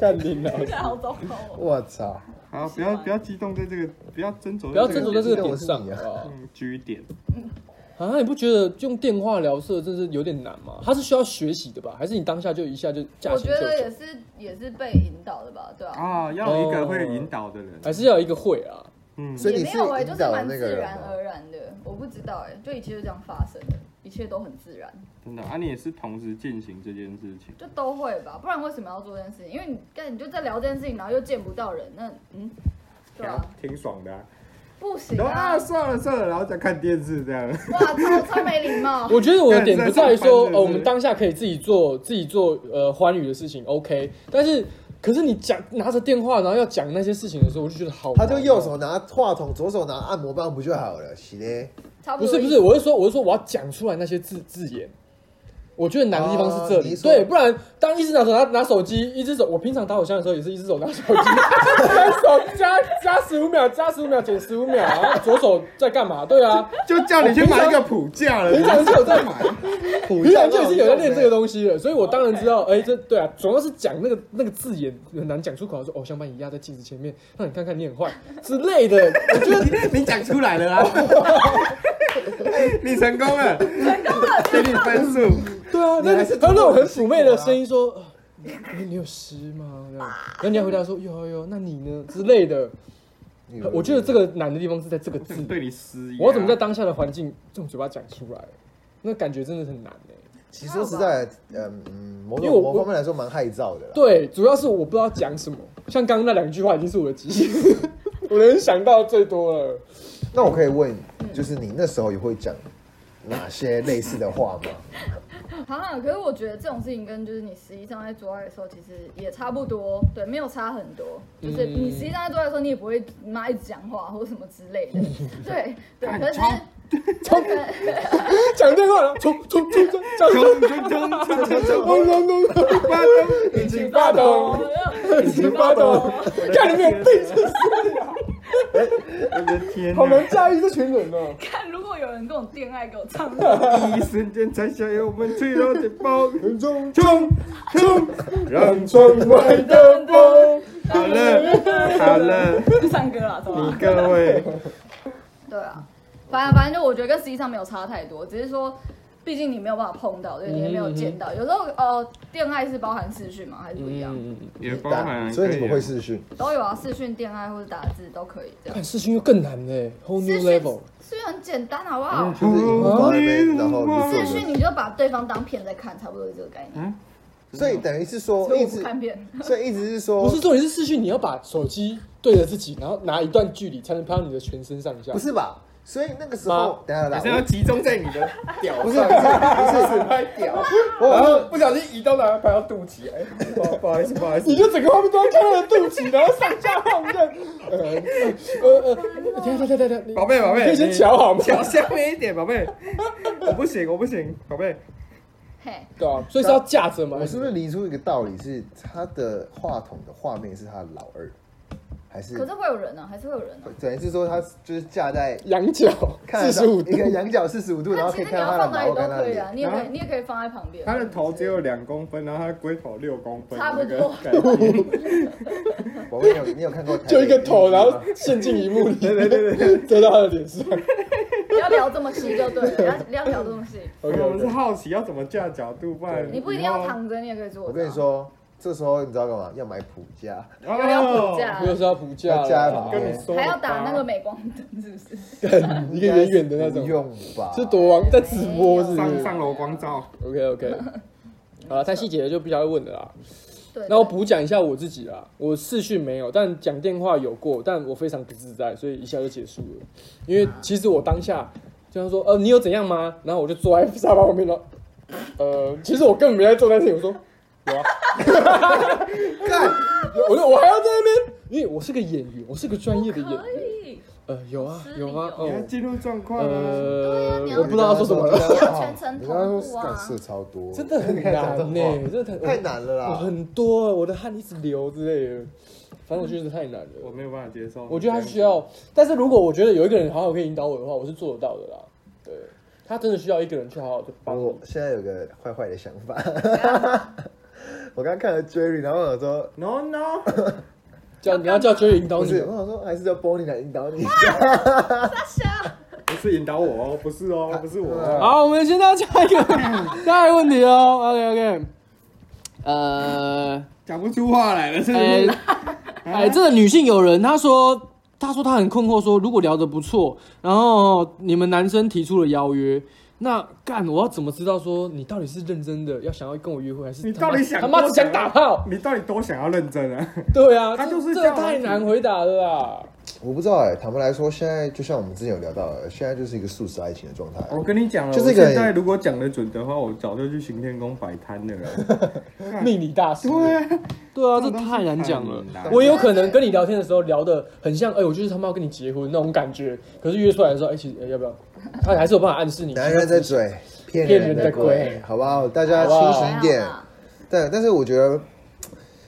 E: 干你啊！
A: 好糟糕哦。
F: 我操！
C: 好，不要不要激动在这个，不要斟酌，
E: 不要斟酌在这个点
F: 我
E: 上
F: 是你啊
E: 好
C: 嗯居点。
E: 不好啊！你不觉得用电话聊色真是有点难吗？它是需要学习的吧？还是你当下就一下就驾
A: 我
E: 轻
A: 觉
E: 就
A: 得也
E: 熟？
A: 是也是被引导的吧，对啊，
C: 啊，要有一个会引导的人。
E: 还是要有一个会啊？
C: 嗯，
F: 所以
A: 也
F: 你
A: 没
F: 是
A: 有哎、
F: 引
A: 就是
F: 导的
A: 蛮
F: 那个
A: 自
F: 人哦
A: 然
F: 吗？
A: 而然的，我不知道哎、就一切就这样发生的，一切都很自然，
C: 真的啊，你也是同时进行这件事情。
A: 就都会吧，不然为什么要做这件事情？因为你干你就在聊这件事情，然后又见不到人，那嗯，对啊，
C: 挺爽的、啊。
A: 不行
C: 然后
A: 啊
C: 啊，，算了算了，然后再看电视这样。
A: 哇操，超没礼貌，
E: 我觉得我的点不在于说，
C: 对
E: 呃，我们当下可以自己做自己做呃欢愉的事情，OK。但是，可是你讲拿着电话，然后要讲那些事情的时候，我就觉得好难
F: 他
E: 哦。
F: 就右手拿话筒，左手拿按摩棒，不就好了？洗嘞，
A: 差
E: 不
A: 多
E: 是
A: 意
E: 不
A: 思
E: 是，我是说我是说我要讲出来那些字字眼。我觉得难的地方是这
F: 哦
E: 里，
F: 你说
E: 对，不然当一只拿手拿拿手机，一只手我平常打火枪的时候也是一只手拿手机， [LAUGHS] 手加加十五秒，加十五秒减十五秒，然后左手在干嘛？对啊，
C: [LAUGHS] 就叫你去买一个普价了，
E: 平常就有在买，
F: 普
E: 平常就已经有在练这个东西了，所以我当然知
F: 哦
E: 道，哎、这对啊，总要是讲那个那个字眼很难讲出口，说哦，想把你压在镜子前面，让你看看你很坏之类的，我觉得
C: 你讲出来了啊！ [LAUGHS] 你成功了，给你分数。
E: 对
F: [LAUGHS]
E: 啊，那
F: 还
E: 个
F: 是
E: 还有那种很
F: 辛
E: 妩
F: 苦啊
E: 媚的声音说：“呃你你有湿吗？”这样，然后你要回答说：“有有。”那你呢之类的。
F: 西
E: 我觉得这个难的地方是在这个字，
F: 啊
C: 对你失忆、
E: 我要
C: [LAUGHS]
E: 怎么在？当下的环境用嘴巴讲出来？那感觉真的很难哎、
F: 其实说实在，嗯嗯，某
E: 因为我
F: 种某方面来说蛮害臊的啦。
E: 对，主要是我不知道讲什么，像刚刚那两句话已经是我的极限， [LAUGHS] 我能想到最多了。
F: 那我可以问，就是你那时候也会讲哪些类似的话吗？
C: 嗯
A: 啊，可是我觉得这种事情跟就是你实际上在做爱的时候，其实也差不多，对，没有差很多。就是你实际上在做爱的时候，你也不会妈一直讲话或什么之类的，对对。可是 [LAUGHS]
C: 超
A: 那个
E: 讲电话，冲冲冲冲冲
C: 冲冲冲冲冲冲！
E: 冲冲冲，
C: 引擎
E: 发抖，
A: 啊
E: 引擎发抖，看你们有病，
C: 我的天
E: 好
C: 哪！
E: 难驾驭这群人哦、
A: 看，如果有人跟我恋爱，给我唱
C: 第一瞬间才想有我们脆弱的包。
E: 中
C: 冲冲！
E: 让窗外的风。
C: 好了好了，
A: 唱歌啦，走
C: 你
A: 吧？
C: 各位，
A: 对啊，反正反正就我觉得跟实际上没有差太多，只是说。毕竟你没有办法碰到，对，你也没有见到。有时候，呃，恋爱是包含视讯吗？还是不一样？
E: 嗯
C: 也包
F: 打
C: 含，
F: 所以你们会视讯？
A: 都有啊，视讯、恋爱或者打字都可以这样。
E: 看事情又更难嘞，whole
A: 资
E: [LAUGHS] new
A: 讯
E: level。
A: 资讯很简单，好不好？
C: 哦
F: 就是你们放在那边，然后
A: 资
F: 你做
A: 讯
F: 的。
A: 你就把对方当骗在看，差不多是这个概念。
C: 啊
F: 所以等于是
A: 所
F: 说，
A: 以
F: 嗯一
A: 我不
F: 直
A: 看
F: [LAUGHS]
A: 片，
F: 所以一直是说，
E: 不是重点是视讯，你要把手机对着自己，然后拿一段距离才能拍到你的全身上下。
F: 不，是吧？所以那个时
E: 妈
F: 候，等一
C: 还
F: 下等
C: 是
F: 一下
C: 要，集中在你的屌
F: 不是不是
C: 上，
F: 不是，
C: 拍屌，
F: 我
C: [LAUGHS] 然后不小心移动到拍到肚脐，哎，不不好意思不好意思
E: 你，就整个画面都在看他的肚脐，然后上下晃这样。呃呃呃，等一下等一下等一下等一下，
C: 宝贝宝贝，
E: 你可以先
C: 你
E: 瞧好吗？
C: 脚下面一点，宝贝。我不行，我不行，宝贝。
A: 嘿，
E: 对啊，所以是要架着嘛。
F: 我是不是理出一个道理是，他的话筒的画面是他的老二，还是
A: 可是会有人啊，还是会有人啊。
F: 等于是说他就是架在
E: 仰角
F: 看
E: 四十
F: 得到
E: 五
F: 一个仰角四十五度，然
A: 但
F: 后
A: 其
F: 可以
A: 实你
F: 看
A: 要
F: 啊到他的
A: 放哪
F: 毛
A: 里
F: 跟
A: 都
F: 他的
A: 可以
F: 脸
A: 啊，。你也可
C: 然
A: 以，
C: 后
A: 你也可以放在旁
F: [LAUGHS]
A: 边。
C: 他的头只有两公分，然后他龟头六公分，
A: 差不多
C: 那个感觉。
F: 我问你
A: 啊
F: 有，你有看过台
E: [LAUGHS]
F: 北
E: 就一个头，
F: 的
E: 然
F: 影集
E: 后
F: 吗
E: 陷进一幕里， [LAUGHS] 对对对对， [LAUGHS] 遮到他的脸上。
A: 不要聊这么细就对了，不要不要聊这么
F: [LAUGHS]
A: 细。
E: OK，
C: 我们是好奇要怎么架角度，不然
A: 你不一定要躺着，你也可以坐着啊。
F: 我跟你说，这时候你知道干嘛？要买谱架，
C: 以后，
A: 又要补假
F: 哦
E: 我，有时候要补假
F: 要加
E: 了 [LAUGHS]
F: 吧，
C: 哦跟你说
A: 还要打那个美光灯，是不是？
F: [LAUGHS]
E: 一个远远的那
F: 不
E: 种，
F: 用吧？
E: 是躲王在直播是不
C: 上
E: 是
C: 上楼光照，
E: ？OK OK，好了，太细节的就不要问了啦。
A: 对。
E: 那我补讲一下我自己啦，我视讯没有，但讲电话有过，但我非常不自在，所以一下就结束了。因为其实我当下就像说，呃，你有怎样吗？然后我就坐在沙发旁边了。呃，其实我根本没在做那些，我说有啊，干，我就我还要在那边，因为我是个演员，我是个专业的演
A: 可
E: 员。
A: 以，
E: 呃，有啊，有啊，
C: 你
E: 哦
C: 要，进入状况啊。
E: 呃
A: 对啊你，要
E: 我不知道要说什么了，
A: 你要全程
F: 你刚刚
A: 同步
F: 说干
A: 啊。
F: 射超多，
E: 真的很难呢、真的很
F: 太难了
E: 我
F: 啦。
E: 哦很多，我的汗一直流之类的，反正我觉得太难了。
C: 我没有办法接受。
E: 嗯我觉得他需要，但是如果我觉得有一个人好好可以引导我的话，我是做得到的啦。对，他真的需要一个人去好好的帮
F: 我
E: 我。
F: 现在有个坏坏的想法， [LAUGHS] 我刚刚看了 Jerry，然后我想说，
C: No No，
E: 叫你要叫 Jerry 引导
F: 不
E: 你
F: 是，，我想说还是叫 Bonnie 来引导你。
C: 不是引导我哦，不是
F: 啊
C: 哦，不是我哦。
E: 好，我们先到下一 [LAUGHS] 个下一个问题哦。OK OK，呃，
C: 讲不出话来了，是不
E: 哎
C: [LAUGHS] 是？
E: 哎，这个女性友人她说，她说她很困惑说，如果聊得不错，然后你们男生提出了邀约。那干，我要怎么知道说你到底是认真的要想要跟我约会，还是
C: 你
E: 他妈
C: 到底想
E: 他妈只想打炮？
C: 你到底多想要认真啊？
E: 对啊，
C: 他
E: 这
C: 就是
E: 这
C: 这样
E: 太难回答了啊啦。
F: [LAUGHS] 我不知道哎、坦白来说，现在就像我们之前有聊到的，现在就是一个素食爱情的状态。
C: 我跟你讲 [LAUGHS] 了，
F: 就
C: 我
F: 这个
C: 现在如果讲得准的话，我早就去行天宫摆摊的
E: [LAUGHS]
C: 了。
E: 命理大师，
C: 对啊，
E: 对
C: 这
E: 啊，这
C: 种东西
E: 太难讲了
C: 太难。了
E: 我也有可能跟你聊天的时候聊的很像，哎、我就是他妈要跟你结婚那种感觉，可是约出来的时候，哎、其实、哎要不要？他还是有办法暗示你。
F: 男人在嘴，骗人的
E: 骗人的鬼
F: 鬼，好不好？大家
E: 好不好
F: 清醒一点
A: 还好啦。啊
F: 但但是我觉得，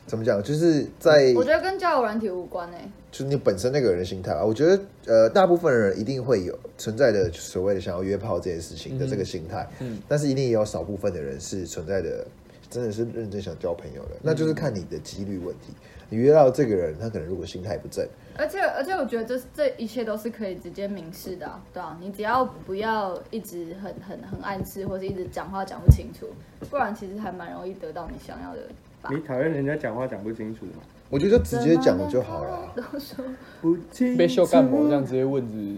F: 怎么讲，就是在
A: 我觉得跟交友软体无关欸诶、
F: 就是你本身那个人的心态吧。我觉得呃，大部分人一定会有存在的所谓的想要约炮这件事情的这个心态，但是一定也有少部分的人是存在的，真的是认真想交朋友的，那就是看你的几率问题。你约到这个人，他可能如果心态不正，
A: 而且而且我觉得这这一切都是可以直接明示的、啊，对啊，你只要不要一直很很很暗示，或是一直讲话讲不清楚，不然其实还蛮容易得到你想要的吧。
C: 你讨厌人家讲话讲不清楚吗？
F: 我觉得就直接讲了就好了。
A: 怎么能够说
C: 不清楚。
E: 被秀干部这样直
C: [LAUGHS]
E: 接问是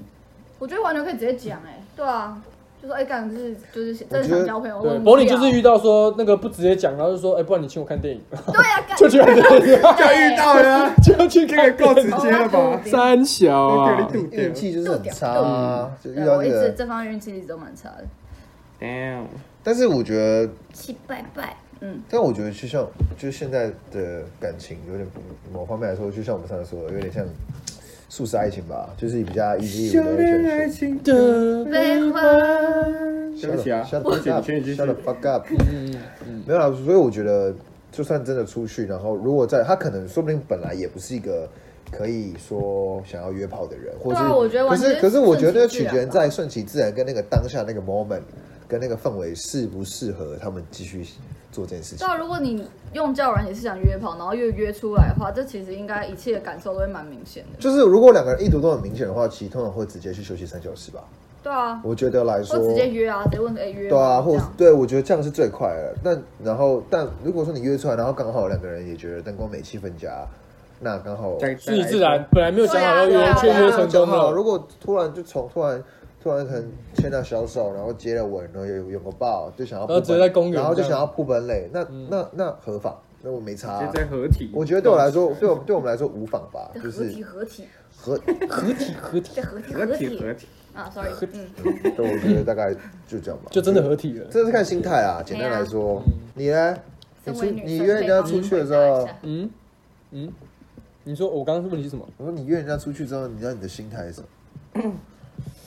A: 我觉得完全可以直接讲哎、对啊，就说哎，干、是就是真的
F: 我觉
A: 想
F: 得
A: 交朋友，
E: 不
A: 我
E: 是？对，
A: 很
E: 柏
A: 无
E: 林
A: 聊
E: 就是遇到说那个不直接讲，然后就说，哎、不然你请我看电影，
A: 对啊，干
E: 就去看电影，
C: 就遇到了啊，
E: 就去
C: 这个
E: 看
C: 够直接了
A: 哦
E: [LAUGHS]
C: 吧？
E: [LAUGHS] 三小
C: 我给
E: 啊
C: 你。堵掉
F: 运气就是很差啊，就
A: 对
F: 遇到
A: 我
F: 那
A: 一直
F: 个。
A: 这方面运气一直都蛮差的，
C: Damn，
F: 但是我觉得，
A: 七拜拜，嗯，
F: 但我觉得就像就是现在的感情，有点某方面来说，就像我们上次说的，有点像素食爱情吧，就是比较 easy
C: 修
F: to
C: 炼爱
F: relationship。
C: 情的。
E: 的
A: 废话，
C: 对不起啊，
F: ，shut
C: 对不
F: the
C: 起，嗯你
F: fuck up，
C: 先你继
F: shut
C: 续
F: the。fuck up。没有啦，所以我觉得，就算真的出去，然后如果在他可能说不定本来也不是一个可以说想要约炮的人，或
A: 啊
F: 是、
A: 我觉得
F: 可
A: 完全
F: 是
A: 是
F: 可是我觉
A: 顺
F: 得
A: 其
F: 取
A: 自然
F: 决在顺其自然跟那个当下那个 moment 跟那个氛围适不适合他们继续做这件事情
A: 对。啊，如果你用交友软也是想约炮，然后又约出来的话，这其实应该一切的感受都会蛮明显的。
F: 就是如果两个人意图都很明显的话，其实通常会直接去休息三小时吧。
A: 对啊，
F: 我觉得来说，
A: 或直接约啊，直接问哎、约吗
F: 对啊，或
A: 这
F: 是
A: 样
F: 对我觉得这样是最快的。但然后，但如果说你约出来，然后刚好两个人也觉得灯光美气氛佳，那刚好
C: 再
E: 顺其自然，本来没有讲好要
A: 对
E: 约，
A: 啊
E: 却
A: 对啊
E: 约成功
F: 好，
E: 了。
F: 如果突然就从突然突然可能牵到小手，然后接了吻，然后有有个抱，就想要
E: 然后直接在公园
F: 然后就
E: 这
F: 想
E: 样嗯
F: 要铺本垒，那那那合法，那我没差啊
C: 现。在合体，
F: 我觉得对我来说，对我对我们来说无妨吧，就
A: 合
F: 是
A: 体合体
F: 合， [LAUGHS]
E: 合体合体，
A: 再合体
C: 合
A: 合
C: 体合
A: 体
C: 体，
A: 啊，sorry，嗯，
F: 对，我觉得大概就这样吧。
E: 就嗯真的合体了。
F: 这是看心态啊，简单来说，你呢？你
A: 身
F: 出
A: 为女生
F: 你约人家出去的时候，
E: 嗯嗯，你说我刚刚问题是什么？
F: 我说你约人家出去之后，你知道你的心态是什么？就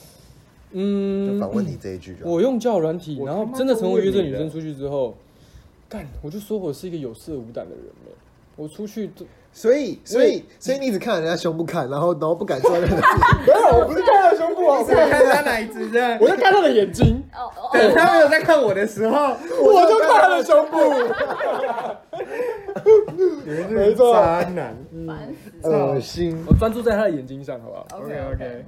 E: 嗯，
F: 反问你这一句就好。
E: 我用交友软体，
C: 我
E: 然
C: 他
E: 后
C: 妈
E: 真的
C: 就
E: 成为约
C: 问
E: 这
C: 你
E: 女
C: 了
E: 生出去之后，干，我就说我是一个有色无胆的人呗。我出去都
F: 所以所以所以你只看人家胸部看，然后然后不敢做那个， [LAUGHS]
G: 没有，我不是看他的胸部啊，我
C: 我在看他奶子这样，
E: 我在看他的眼睛，
A: 哦哦
C: 等他没有在看我的时候，
E: 我就看他的胸部。
C: 你们
G: 没
C: 是
G: 错
C: 渣男。
A: 哦，烦死。
F: 恶心。
E: 我专注在他的眼睛上，好不好？
A: OK OK，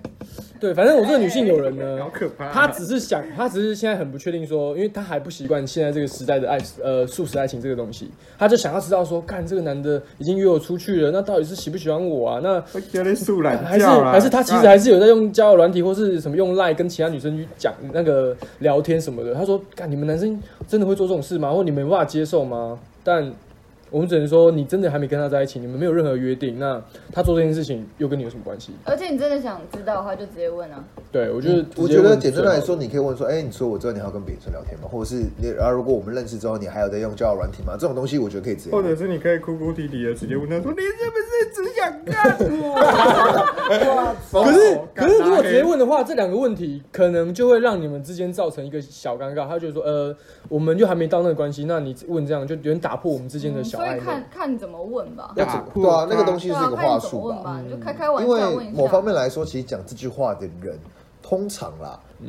E: 对，反正我这个女性友人
C: 好
E: 呢，
C: 可怕、
E: 她只是想，她只是现在很不确定说，因为她还不习惯现在这个时代的爱，呃，素食爱情这个东西，她就想要知道说，干这个男的已经约我出去了，那到底是喜不喜欢我啊？那
C: 我有点素懒
E: 还是
C: 觉啦
E: 还是他其实 [LAUGHS] 还是有在用交友软体或是什么用 Line 跟其他女生去讲那个聊天什么的。他说：“干，你们男生真的会做这种事吗？或你们没办法接受吗？”但我们只能说，你真的还没跟他在一起，你们没有任何约定，那他做这件事情又跟你有什么关系？
A: 而且你真的想知道的话，就直接问啊。
E: 对我觉得，
F: 嗯我觉得简单来，说，你可以问说，哎、你说我知道你还要跟别人聊天吗？或者是你，然后如果我们认识之后，你还有在用交友软体吗？这种东西我觉得可以直接
C: 或
F: 问。
C: 者是你可以哭哭啼啼的直接问他说：“你是不是只想看我
E: 可是
C: 哦
E: 可
C: 干
E: 是如果直接
C: 嘛
E: 问的话，这两个问题可能就会让你们之间造成一个小尴尬。他就说：“呃，我们又还没到那个关系，那你问这样就有点打破我们之间的
A: 嗯
E: 小
A: 所
E: 暧
A: 以
E: 昧。
A: 看看你怎么问吧。
F: 要怎么对啊，那个东西
A: 对
F: 是
A: 啊
F: 一，个
A: 看
F: 话
A: 你怎么
F: 术
A: 问
F: 吧。
A: 吧，你就开开玩
F: 因
A: 笑问
F: 为
A: 一下。
F: 某方面来说，其实讲这句话的人，通常啦，嗯，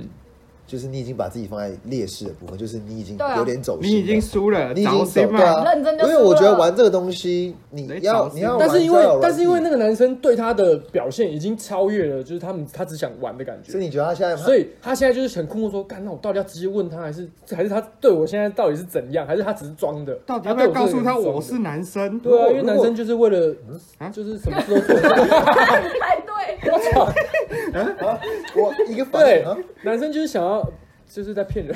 F: 就是你已经把自己放在劣势的部分，就是你已经
A: 对啊
F: 有点走？”心
C: 你
F: 了，
C: 已经输了，
F: 你已
C: 找
F: 经走
C: 谁嘛
F: 对？啊，
A: 认真就
F: 因为
A: 输
F: 我觉得
A: 了
F: 玩这个东西，你
C: 谁
F: 要
C: 找谁
F: 你要玩
E: 但是因为
F: 交友软体
E: 但是因为那个男生对他的表现已经超越了，就是他们他只想玩的感
F: 所
E: 觉，
F: 以你觉啊得他现在
E: 所以他现在就是很困惑说，干那我到底要直接问他，还是还是他对我现在到底是怎样，还是他只是装的？
C: 到底
E: 他
C: 要不
E: 对
C: 要
E: 我
C: 告诉他
E: 真的
C: 我是
E: 装的？
C: 男生？
E: 对啊，
F: 如果
E: 因为男生就是为了就是什么事都做，
F: [LAUGHS]
A: 哎，对，
F: 我一个反
E: 对
F: 应啊，，
E: 男生就是想要就是在骗人。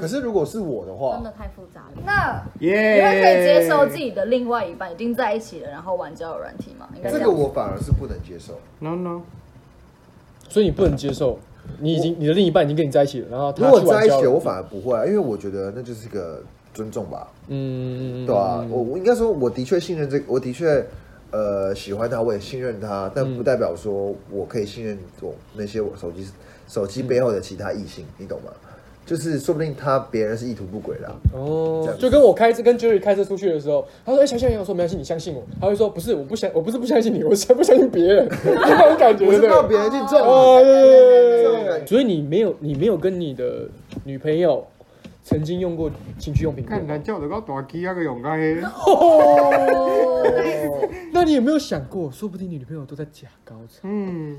F: 可是如果是我的话
A: 真，的太复杂了。那你
C: 耶，
A: 会可以接受自己的另外一半已经在一起了，然后玩交友软体吗？应该
F: 这
A: 样
F: 个我反而是不能接受。
C: ？No No，
E: 所以你不能接受，你已经你的另一半已经跟你在一起了，然后他
F: 如果
E: 去玩
F: 在一
E: 交
F: 起，
E: 友
F: 我反而不会啊，因为我觉得那就是一个尊重吧，
E: 嗯，
F: 对啊，我我应该说，我的确信任这个，我的确呃喜欢他，我也信任他，但
E: 嗯
F: 不代表说我可以信任我那些我手机手
E: 嗯
F: 机背后的其他异性，你懂吗？就是说不定他别人是意图不轨的啊、这
E: 哦
F: 样，子
E: 就跟我开车跟 Jerry 开车出去的时候，他说：“哎、小小杨，我说没关系，你相信我。”他会说：“不是，我不相，我不是不相信你，我是不相信别人。”就那种感觉，
F: 我
E: 对
F: 是
E: 不
F: 靠
E: 对？
F: 别人去撞
E: 哦
F: 你，
E: 对对
F: 这
E: 对
F: 种
E: 对
F: 感
E: 对
F: 觉
E: 所以你没有，你没有跟你的女朋友曾经用过情趣用品过
C: 看
E: 吗
C: 人？叫得到大鸡啊那个勇敢黑，
E: 那你有没有想过，说不定你女朋友都在假高潮？
C: 嗯，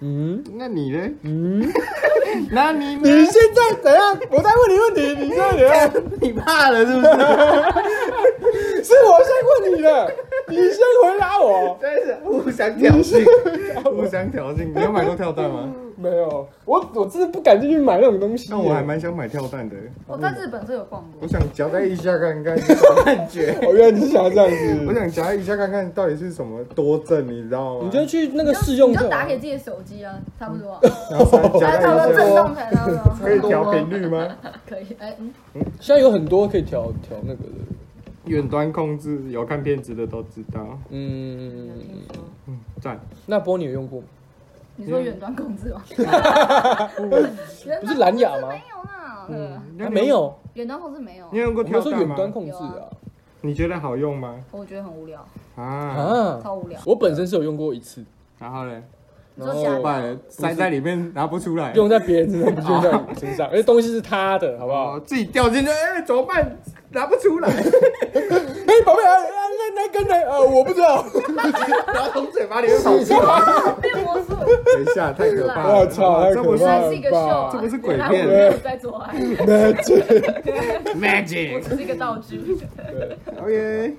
E: 嗯，
C: 那你呢？嗯， [LAUGHS] 那你呢？
E: 你现在怎样？我在问你问题，你现在怎样？
C: 你怕了是不是？
E: 是我先问你的，你先回答我。
C: 真是互相挑衅，互相挑 [LAUGHS] 衅。你有买过跳蛋吗？
E: 没有，我我真的不敢进去买那种东西耶。
C: 那我还蛮想买跳蛋的，
A: 我哦在日本是有逛
C: 我
A: 过，
C: 想夹在腋下看看是什么感觉。
E: 我原来你是想要这样
C: [LAUGHS] 我
E: 子，
C: 想夹在腋下看看到底是什么多症，你知道吗？
E: 你就去那个试用啊
A: 你
E: 就好
A: 就
E: 了嗯
A: 打给自己的手机啊，差不多啊， [LAUGHS]
C: 然后才夹
A: 大家差
C: 在
A: 不多
C: 腋
A: 震
C: 下，
A: 动才差不多 [LAUGHS]
C: 可以调频率 [LAUGHS] 吗？
A: 可以。哎，嗯，
E: 现在有很多可以调调那个的，
C: 远端控制，有看片子的都知道。
A: 有
E: 嗯，
A: 听说
C: 赞，
E: 那波你有用过吗？
A: 你说远端控制吗？
E: 嗯不
A: [LAUGHS] 不
E: 是蓝牙吗
A: 没？有啦，对啊
C: 你
E: 啊没，有，
A: 远端控制没有啊
C: 你，有用
E: 我
C: 过
E: 们
C: 跳
E: 说
C: 蛋
E: 远端
C: 吗？
E: 控制
A: 有
E: 啊
C: 你觉得好用吗？
A: 我觉得很无聊，
C: 啊，
E: 啊！
A: 超无聊。
E: 我本身是有用过一次，
C: 然后嘞，
A: 你说假
C: 坏
A: 的，
C: 了，塞在里面拿不出来，
E: 用在别人身上，不是用在你身上，
C: [LAUGHS]
E: 而且东西是他的，好不好
C: 哦，？自己掉进去，哎，怎么办？拿不出 [LAUGHS] 来，
E: 哎，宝贝，啊啊那那跟那呃，我不知
C: [LAUGHS]
E: 道，
C: 然后从嘴巴里面跑出来。
A: 变魔术，
C: 等一下，太可怕了！
E: 我操太
C: 这不
E: 可
C: 是
A: 原
E: 怕
A: 来
E: 了
A: 是一个秀啊，
C: 这不是鬼
A: [LAUGHS] 原来
C: 片
A: 我没有在做爱，我
C: magic。
A: 只是一个道具。
C: OK，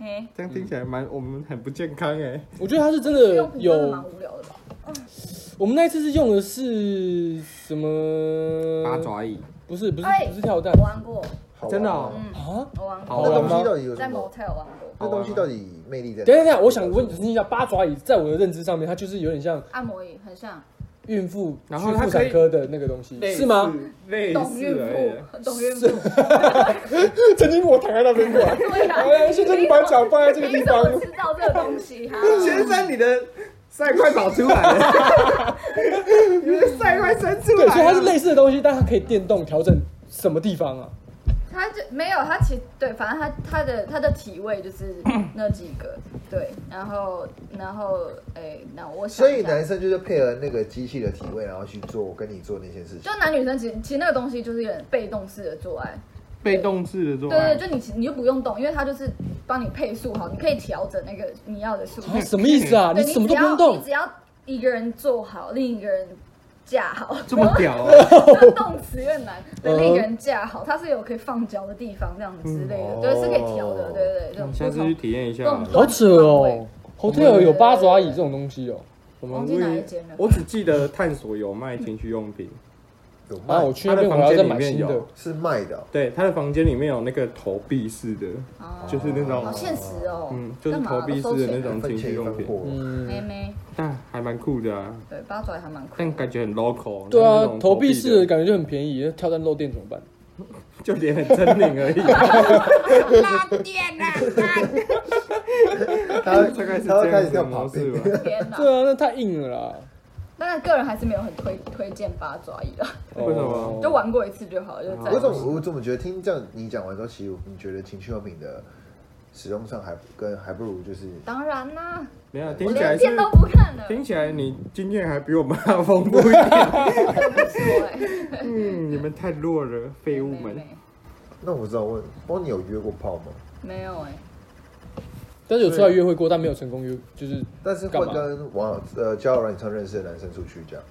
A: 哎，
C: 这样听起来蛮我们很不健康哎。
E: 我觉得他是真
A: 这
E: 的
A: 用品真的
E: 有
A: 蛮无聊的吧？
E: 我们那一次是用的是什么？
C: 八爪椅，
E: 不是不是
A: 哎
E: 不是跳蛋
A: 我玩过，
F: 好玩
C: 真的哦
A: 嗯，
E: 啊！
A: 我玩
C: 好
F: 那
C: 玩
E: 玩
F: 东
E: 吗
F: 西
E: 吗
F: 到底有
A: 过，
F: 什
A: 在
F: 么？
A: motel 玩过，
F: 那东西到底魅力在哪？
E: 等一下等一下，我想问澄清一下，八爪椅在我的认知上面，它就是有点像
A: 按摩椅很像
E: 孕妇
C: 然后
E: 去
C: 它
E: 妇
C: 可
E: 产
C: 以
E: 科的那个东西，嗯是吗？？
C: 类
A: 懂
C: 似
A: 孕
C: 而
A: 妇，懂孕妇，
E: [LAUGHS] 曾经我躺在那边过，
A: 对啊
E: 哎，现在你把脚放在这个
A: 你
E: 地
A: 怎
E: 方
A: 么，知道这个东西哈？
C: 已。 [LAUGHS] 先生，你的赛快跑出来了，
A: [LAUGHS]
C: 你的赛快伸出来
E: 对，
C: 了。
E: 所以它是类似的东西，但它可以电动调整什么地方啊？
A: 他就没有，他其对，反正他他的他的体位就是那几个，对，然后然后哎，那我想
F: 所
A: 一
F: 以
A: 下
F: 男生就是配合那个机器的体位，然后去做我跟你做那些事情
A: 就。男女生其实其实那个东西就是有点被动式的做爱，
C: 被动式的做
A: 对
C: 爱，
A: 对，就你其你就不用动，因为他就是帮你配速好，你可以调整那个你要的速度
E: 啊，。什么意思啊？
A: 嗯 [LAUGHS] 对
E: 什么
A: 只
E: 都不用
A: 要
E: 动
A: 你只要一个人做好，另一个人架好，
C: 这么屌
A: [LAUGHS]
C: 啊！
A: 这动词越难，对，
E: 嗯
A: 另一个人架好，它是有可以放脚的地方，这样之类的，对，是可以调的，对对对，这种
C: 下次去体验一
A: 不
C: 下。啊
A: 同
E: 好扯哦。！Hotel 有八爪椅这种东西哦，
C: 我
A: 忘
C: 们
A: 记
C: 位
A: 哪一
C: 于
A: 间了
C: 我只记得探索有卖情趣用品，
F: 有
E: 啊，我
F: 卖
E: 去那边我还要再买
C: 他的房间
E: 新
C: 里面
E: 的
C: 有。
F: 是卖的哦，
C: 对，他的房间里面有那个投币式的，
A: 哦
C: 就是那
A: 好
C: 种
A: 现实哦，
C: 嗯，就是
A: 干嘛
C: 投币式的那，种
F: 分
C: 情
F: 钱
C: 趣
F: 一
C: 用
F: 分
C: 品，
F: 货。
E: 嗯，
A: 妹妹，
C: 但还蛮酷的啊，
A: 对，八爪鱼还蛮酷
C: 但
A: 的，
C: 感觉很 local。
E: 对
C: 那
E: 啊
C: 种，
E: 投
C: 币
E: 币式的
C: 的
E: 感觉就很便宜，那跳蛋漏电怎么办？
C: 就脸很狰狞而已。
A: 拉电啦，
F: 他会
C: [LAUGHS] 大概是
F: 他会
C: 这
F: 开
C: 样
F: 始
C: 子的
F: 跳跑
C: 模式
E: [LAUGHS]
F: 步，
C: 吧。
A: 天哪！
E: 对啊，那太硬了啦。
A: 但是个人还是没有很推推荐八爪鱼啦，
C: 为什么
A: 就玩过一次就好，就这
F: 我
A: 样。
F: 怎么我怎么觉得听这样你讲完之后，其实你觉得情趣用品的使用上还跟还不如就是
A: 当然啦，
C: 没有，
A: 我
C: 听起
A: 连
C: 来是
A: 片都不看了，
C: 听起来你经验还比我们还要丰富一点。
A: 错哎，
C: 嗯，你们太弱了，废物们。
A: 没
F: 那我知道问，帮你有约过炮吗？
A: 没有哎，
E: 但是有出来约会过，但没有成功约，就是
F: 但是会
E: 干嘛
F: 跟网友呃交友软件上认识的男生出去这样，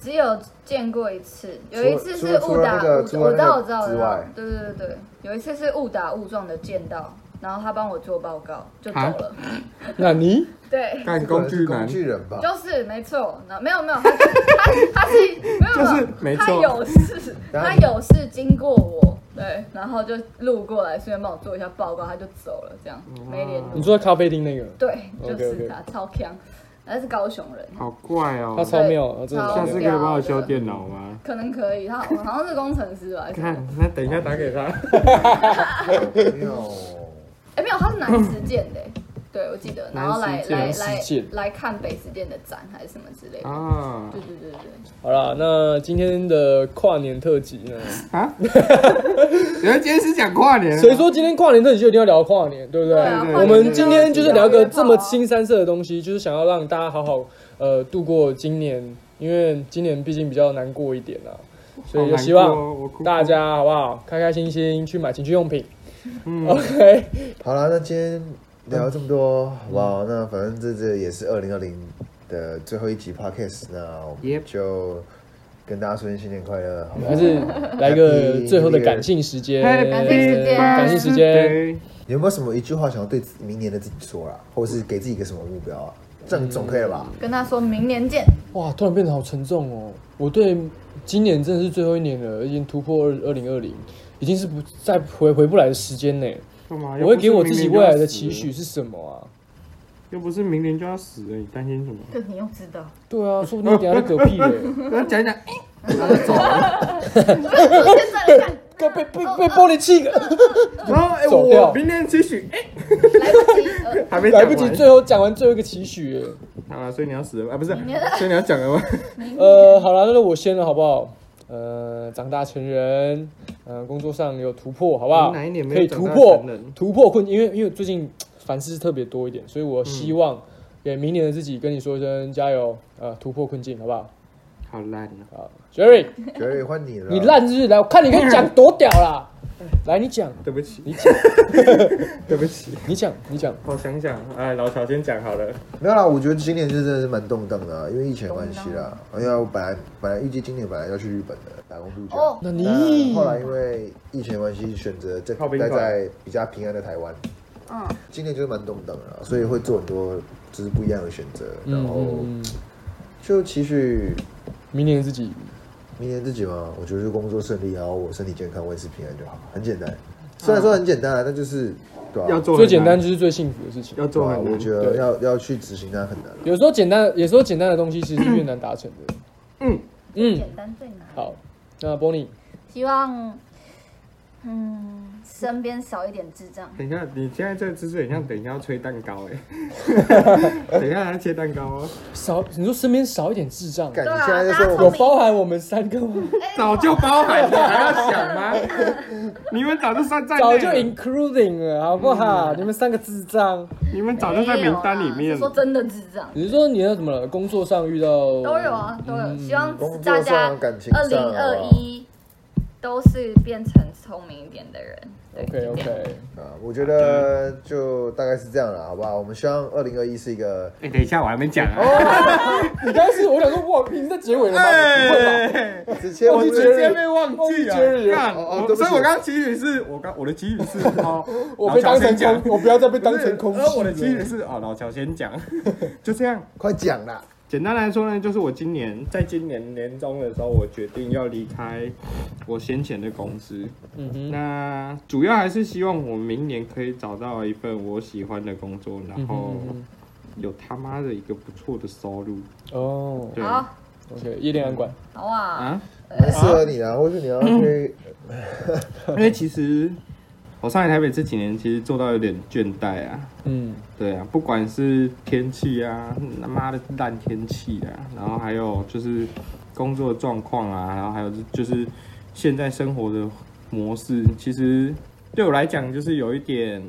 A: 只有见过一次，有一次
F: 除
A: 是
F: 了除
A: 误
F: 了
A: 打
F: 那个
A: 误
F: 除
A: 撞，
F: 了
A: 我知道
F: 那个
A: 我知道我
F: 之
A: 知道
F: 外，
A: 对对对对，有一次是误打误撞的见到，然后他帮我做报告就走
C: 啊
A: 了，
E: 那你
A: 对，
C: 干工具
F: 这个人是
C: 男
F: 工，具人
E: [LAUGHS]
C: 哦
F: 吧？
A: 就是没错，那没有没有，他他他是没有
C: 就是
A: 没
C: 没
A: 有，他
C: 错
A: 有事，
F: [LAUGHS] 然后
A: 他
F: 你
A: 有事经过我，对，然后就路过来，顺便帮我做一下报告，他就走了，这样没联
E: 你
A: 络。
E: 坐在咖啡厅那个，
A: 对，就
E: OK，OK
A: 是他超强，他是高雄人，
C: 好怪哦
E: 他。超妙，他真的
A: 超
C: 下
E: 超妙
C: 次可以帮我修电脑吗？
A: 可能可以，他好好像是工程师吧，还是什么
C: 看，那等一下打给他。
F: 没有，
A: 哎、没有，他是南实践的欸，对我记得，然后来
C: 嗯南实践
A: 来
E: 南
A: 来
E: 实践
A: 来看北实践的展还是什么之类的，
C: 啊
A: 对对对对，
E: 好啦，那今天的跨年特辑
C: [LAUGHS]
E: 呢？
C: 啊！原来今天是讲跨年啊，
E: 谁说今天跨年特辑就一定要聊跨年，对不对？
A: 对啊
C: 对
E: 我
C: 跨
E: 们
C: 年
E: 今天就是聊个这么
A: 轻，
E: 新三色的东西，就是想要让大家好好呃度过今年，因为今年毕竟比较难过一点啊，所以就希
C: 好难过哦
E: 望
C: 我哭
E: 大家好不好开开心心去买情趣用品。
C: 嗯
E: [LAUGHS] OK，
F: 好了，那今天聊这么多，好不好？那反正这这也是二零二零的最后一集 podcast，那我
C: Yep
F: 们就跟大家说声新年快乐，好不好
E: 还是来个最后的感性时间，
A: 感性时间
E: 感性时间。
C: 对
F: 你有没有什么一句话想要对自明年的自己说啦，或者是给自己一个什么目标啊？这样总可以了吧？
A: 跟他说明年见，
E: 哇，突然变得好沉重哦！我对今年真的是最后一年了，已经突破二二零二零，已经是不再回回不来的时间呢。
C: 干嘛？
E: 我会给我自己未来的期许是什么啊？
C: 又不是明年就要死了，你担心什么？
A: 这你又知道，
E: 对啊，说不定我等一下就嗝屁
C: [LAUGHS]
I: 啊
E: 了，
C: 那讲一讲，
A: [LAUGHS]
I: [LAUGHS]
A: 现在来看
E: 被被被被玻璃气，
C: 然后哎，
E: 走掉
C: 我明年的期许哎
A: 来不及，呃
C: 还没讲
E: 来
C: 完
E: 不及，最后讲完最后一个期许耶。
C: 好了，所以你要死了啊？
I: [LAUGHS]
C: 不是，所以你要讲了吗？
E: 呃，好了，那我先了，好不好？呃，长大成人，呃，工作上有突破，好不好？
C: 你哪一年没有
E: 可以突
C: 长大
E: 破
C: 成人
E: 突破困，因为因为最近烦事特别多一点，所以我希望给明年的自己跟你说一声加油，呃，突破困境，好不好？
C: 好烂啊！
E: 好，Jerry，
F: 绝对换你了，
E: 你烂日来，我看你可以讲多屌啦！来，你讲，
C: 对不起，[LAUGHS]
E: 你讲，
C: 对不起，
E: 你讲，你讲。
C: 我想想，哎，老乔先讲好了。
F: 没有啦，我觉得今年就真的是蛮动荡的、啊，因为疫情的关系啦。哎呀，我本来本来预计今年本来要去日本的打工度假，
A: 哦，
I: 嗯
E: 那
F: 但
C: 呃
E: 你
F: 后来因为疫情的关系，选择在
C: 靠冰
F: 待
C: 块
F: 在比较平安的台湾。
A: 嗯，
F: 今年就是蛮动荡的啦，所以会做很多就是不一样的选择，然
C: 哦
F: 后
E: 嗯，
F: 就期许
E: 明年的自己
F: 明年自己嘛，我觉得就工作顺利，然后我身体健康，万事平安就好，很简单。虽然说很简单啊，但就是对啊，
C: 嗯要做
E: 最
C: 很
E: 简单
C: 难，
E: 就是最幸福的事情。
C: 要
F: 对
C: 做
F: 啊，
C: 很难。
F: 我觉得要要去执行它很难啊。
E: 有时候简单，有时候简单的东西其实是越难达成的。嗯嗯，
A: 简单最难，
E: 好，那 Bonnie，
A: 希望
I: 嗯，身边少一点智障。
C: 等一下，你现在这个姿势很像，等一下要吹蛋糕
E: [LAUGHS]
C: 哎、等一下还要切蛋糕哦、
E: 少，你说身边少一点智障，
F: 感
I: 对
F: 觉
I: 啊
F: 现在就
I: 大
F: 说
I: 家
F: 我
E: 有
F: 们
E: 包含我们三个吗？
C: 早就包含了，还要想吗？
I: [LAUGHS]
C: 你们早就算在内
E: 早
C: 了
E: 就 including 了，好不好？你们三个智障。
C: 你们早就在
A: 啊
C: 名单里
I: 没有
C: 面
I: 啦是说
C: 了。
I: 真的智障
E: 你是说你要怎么了？工作上遇到
I: 都有啊，都
C: 嗯
I: 有。希望
F: 工
I: 大
F: 作
I: 家
F: 上、啊感情
I: 二零
F: 上好
I: 二
F: 不好
I: 一都是变成聪明一点的人。对
E: ？OK
I: 就这样
E: OK，
F: 啊，我觉得就大概是这样了，好不好？我们希望二零二一是
C: [LAUGHS]
F: 一个
C: 哎、等一下，我还没讲啊。
E: 哦你刚刚是我想说哇，你在结尾了吗？不会吧？
C: 哎
F: 直接
E: 我
F: 我
E: 是
C: 我
E: 觉得
F: 们
C: 直接被忘记
E: 忘记
C: 了，
E: Jerry 了
C: 干
F: 哦哦
C: 我
F: 对不起
C: 所以我刚刚其语是，我刚我的其语是，
E: [LAUGHS]
C: 哦，
E: 我被当成空，我不要再被当
C: 当
E: 成空气
C: 而我的
E: 了。
C: 其语是，哦，老乔先
E: [LAUGHS]
C: 讲，就这样。
F: 快讲啦！
C: 简单来说呢，就是我今年在今年年中的时候，我决定要离开我先前的公司。
E: 嗯哼，
C: 那主要还是希望我明年可以找到一份我喜欢的工作，然
E: 嗯
C: 后
E: 哼嗯
C: 有他妈的一个不错的收入。
E: 哼哦
C: 对
I: 好，
E: ，OK，夜店安管，
I: 好啊，嗯
C: 啊，
F: 很适合你啊，或许你要去
C: 因为其实我上来台北这几年，其实做到有点倦怠啊。
E: 嗯，
C: 对啊，不管是天气啊，他妈的烂天气啊，然后还有就是工作状况啊，然后还有就是现在生活的模式，其实对我来讲就是有一点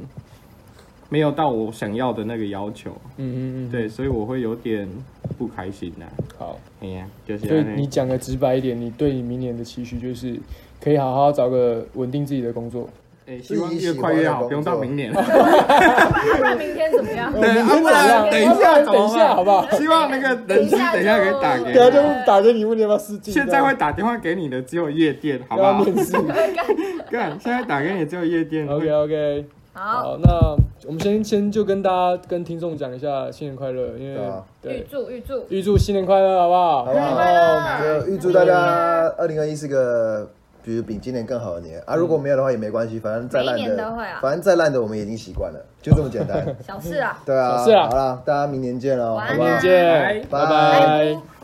C: 没有到我想要的那个要求，
E: 嗯嗯嗯，
C: 对，所以我会有点不开心呐、啊。
E: 好。
C: 哎呀、就是
E: 所以
C: 这样
E: 你讲的直白一点，你对你明年的期许就是可以好好找个稳定自己的工作。
C: 哎，希望越快越好，不用到明
E: [LAUGHS]
C: 年。
A: 不然明天怎么
C: [LAUGHS]
A: 样？
C: 对，啊，不
E: 啊
C: 然等一下，
E: 等一下，好不好？
C: 希望那个等一下，等一下可以打给
E: [LAUGHS] 等下
C: 我。
E: 就打给你问你要不要试镜，
C: 现在会打电话给你的只有夜店，好
E: 要
C: 不
E: 不
C: 好？
E: 要面试
C: 干，现在打给你只有夜店。
E: ？OK OK，
I: 好，
E: 好，那我们先先就跟大家跟听众讲一下新年快乐，因
F: 对
E: 为
F: 啊
A: 预
E: 对，嗯
A: 祝预祝，
E: 预祝新年快乐，好不好？
F: 好不好
E: 然后
F: 就预祝大家二零二一是个，比如比今年更好的年啊！如果没有的话也没关系，反正再烂
I: 每一年都会啊
F: 的，反正再烂的我们已经习惯了，就这
I: [LAUGHS]
F: 么简单。
I: 小事啊。
F: 对啊，
E: 是啊
F: 好啦，大家明年见喽，
I: 晚
F: 好
I: 安
F: 不
E: 明
F: 好
E: 年？见，
F: 拜
E: 拜。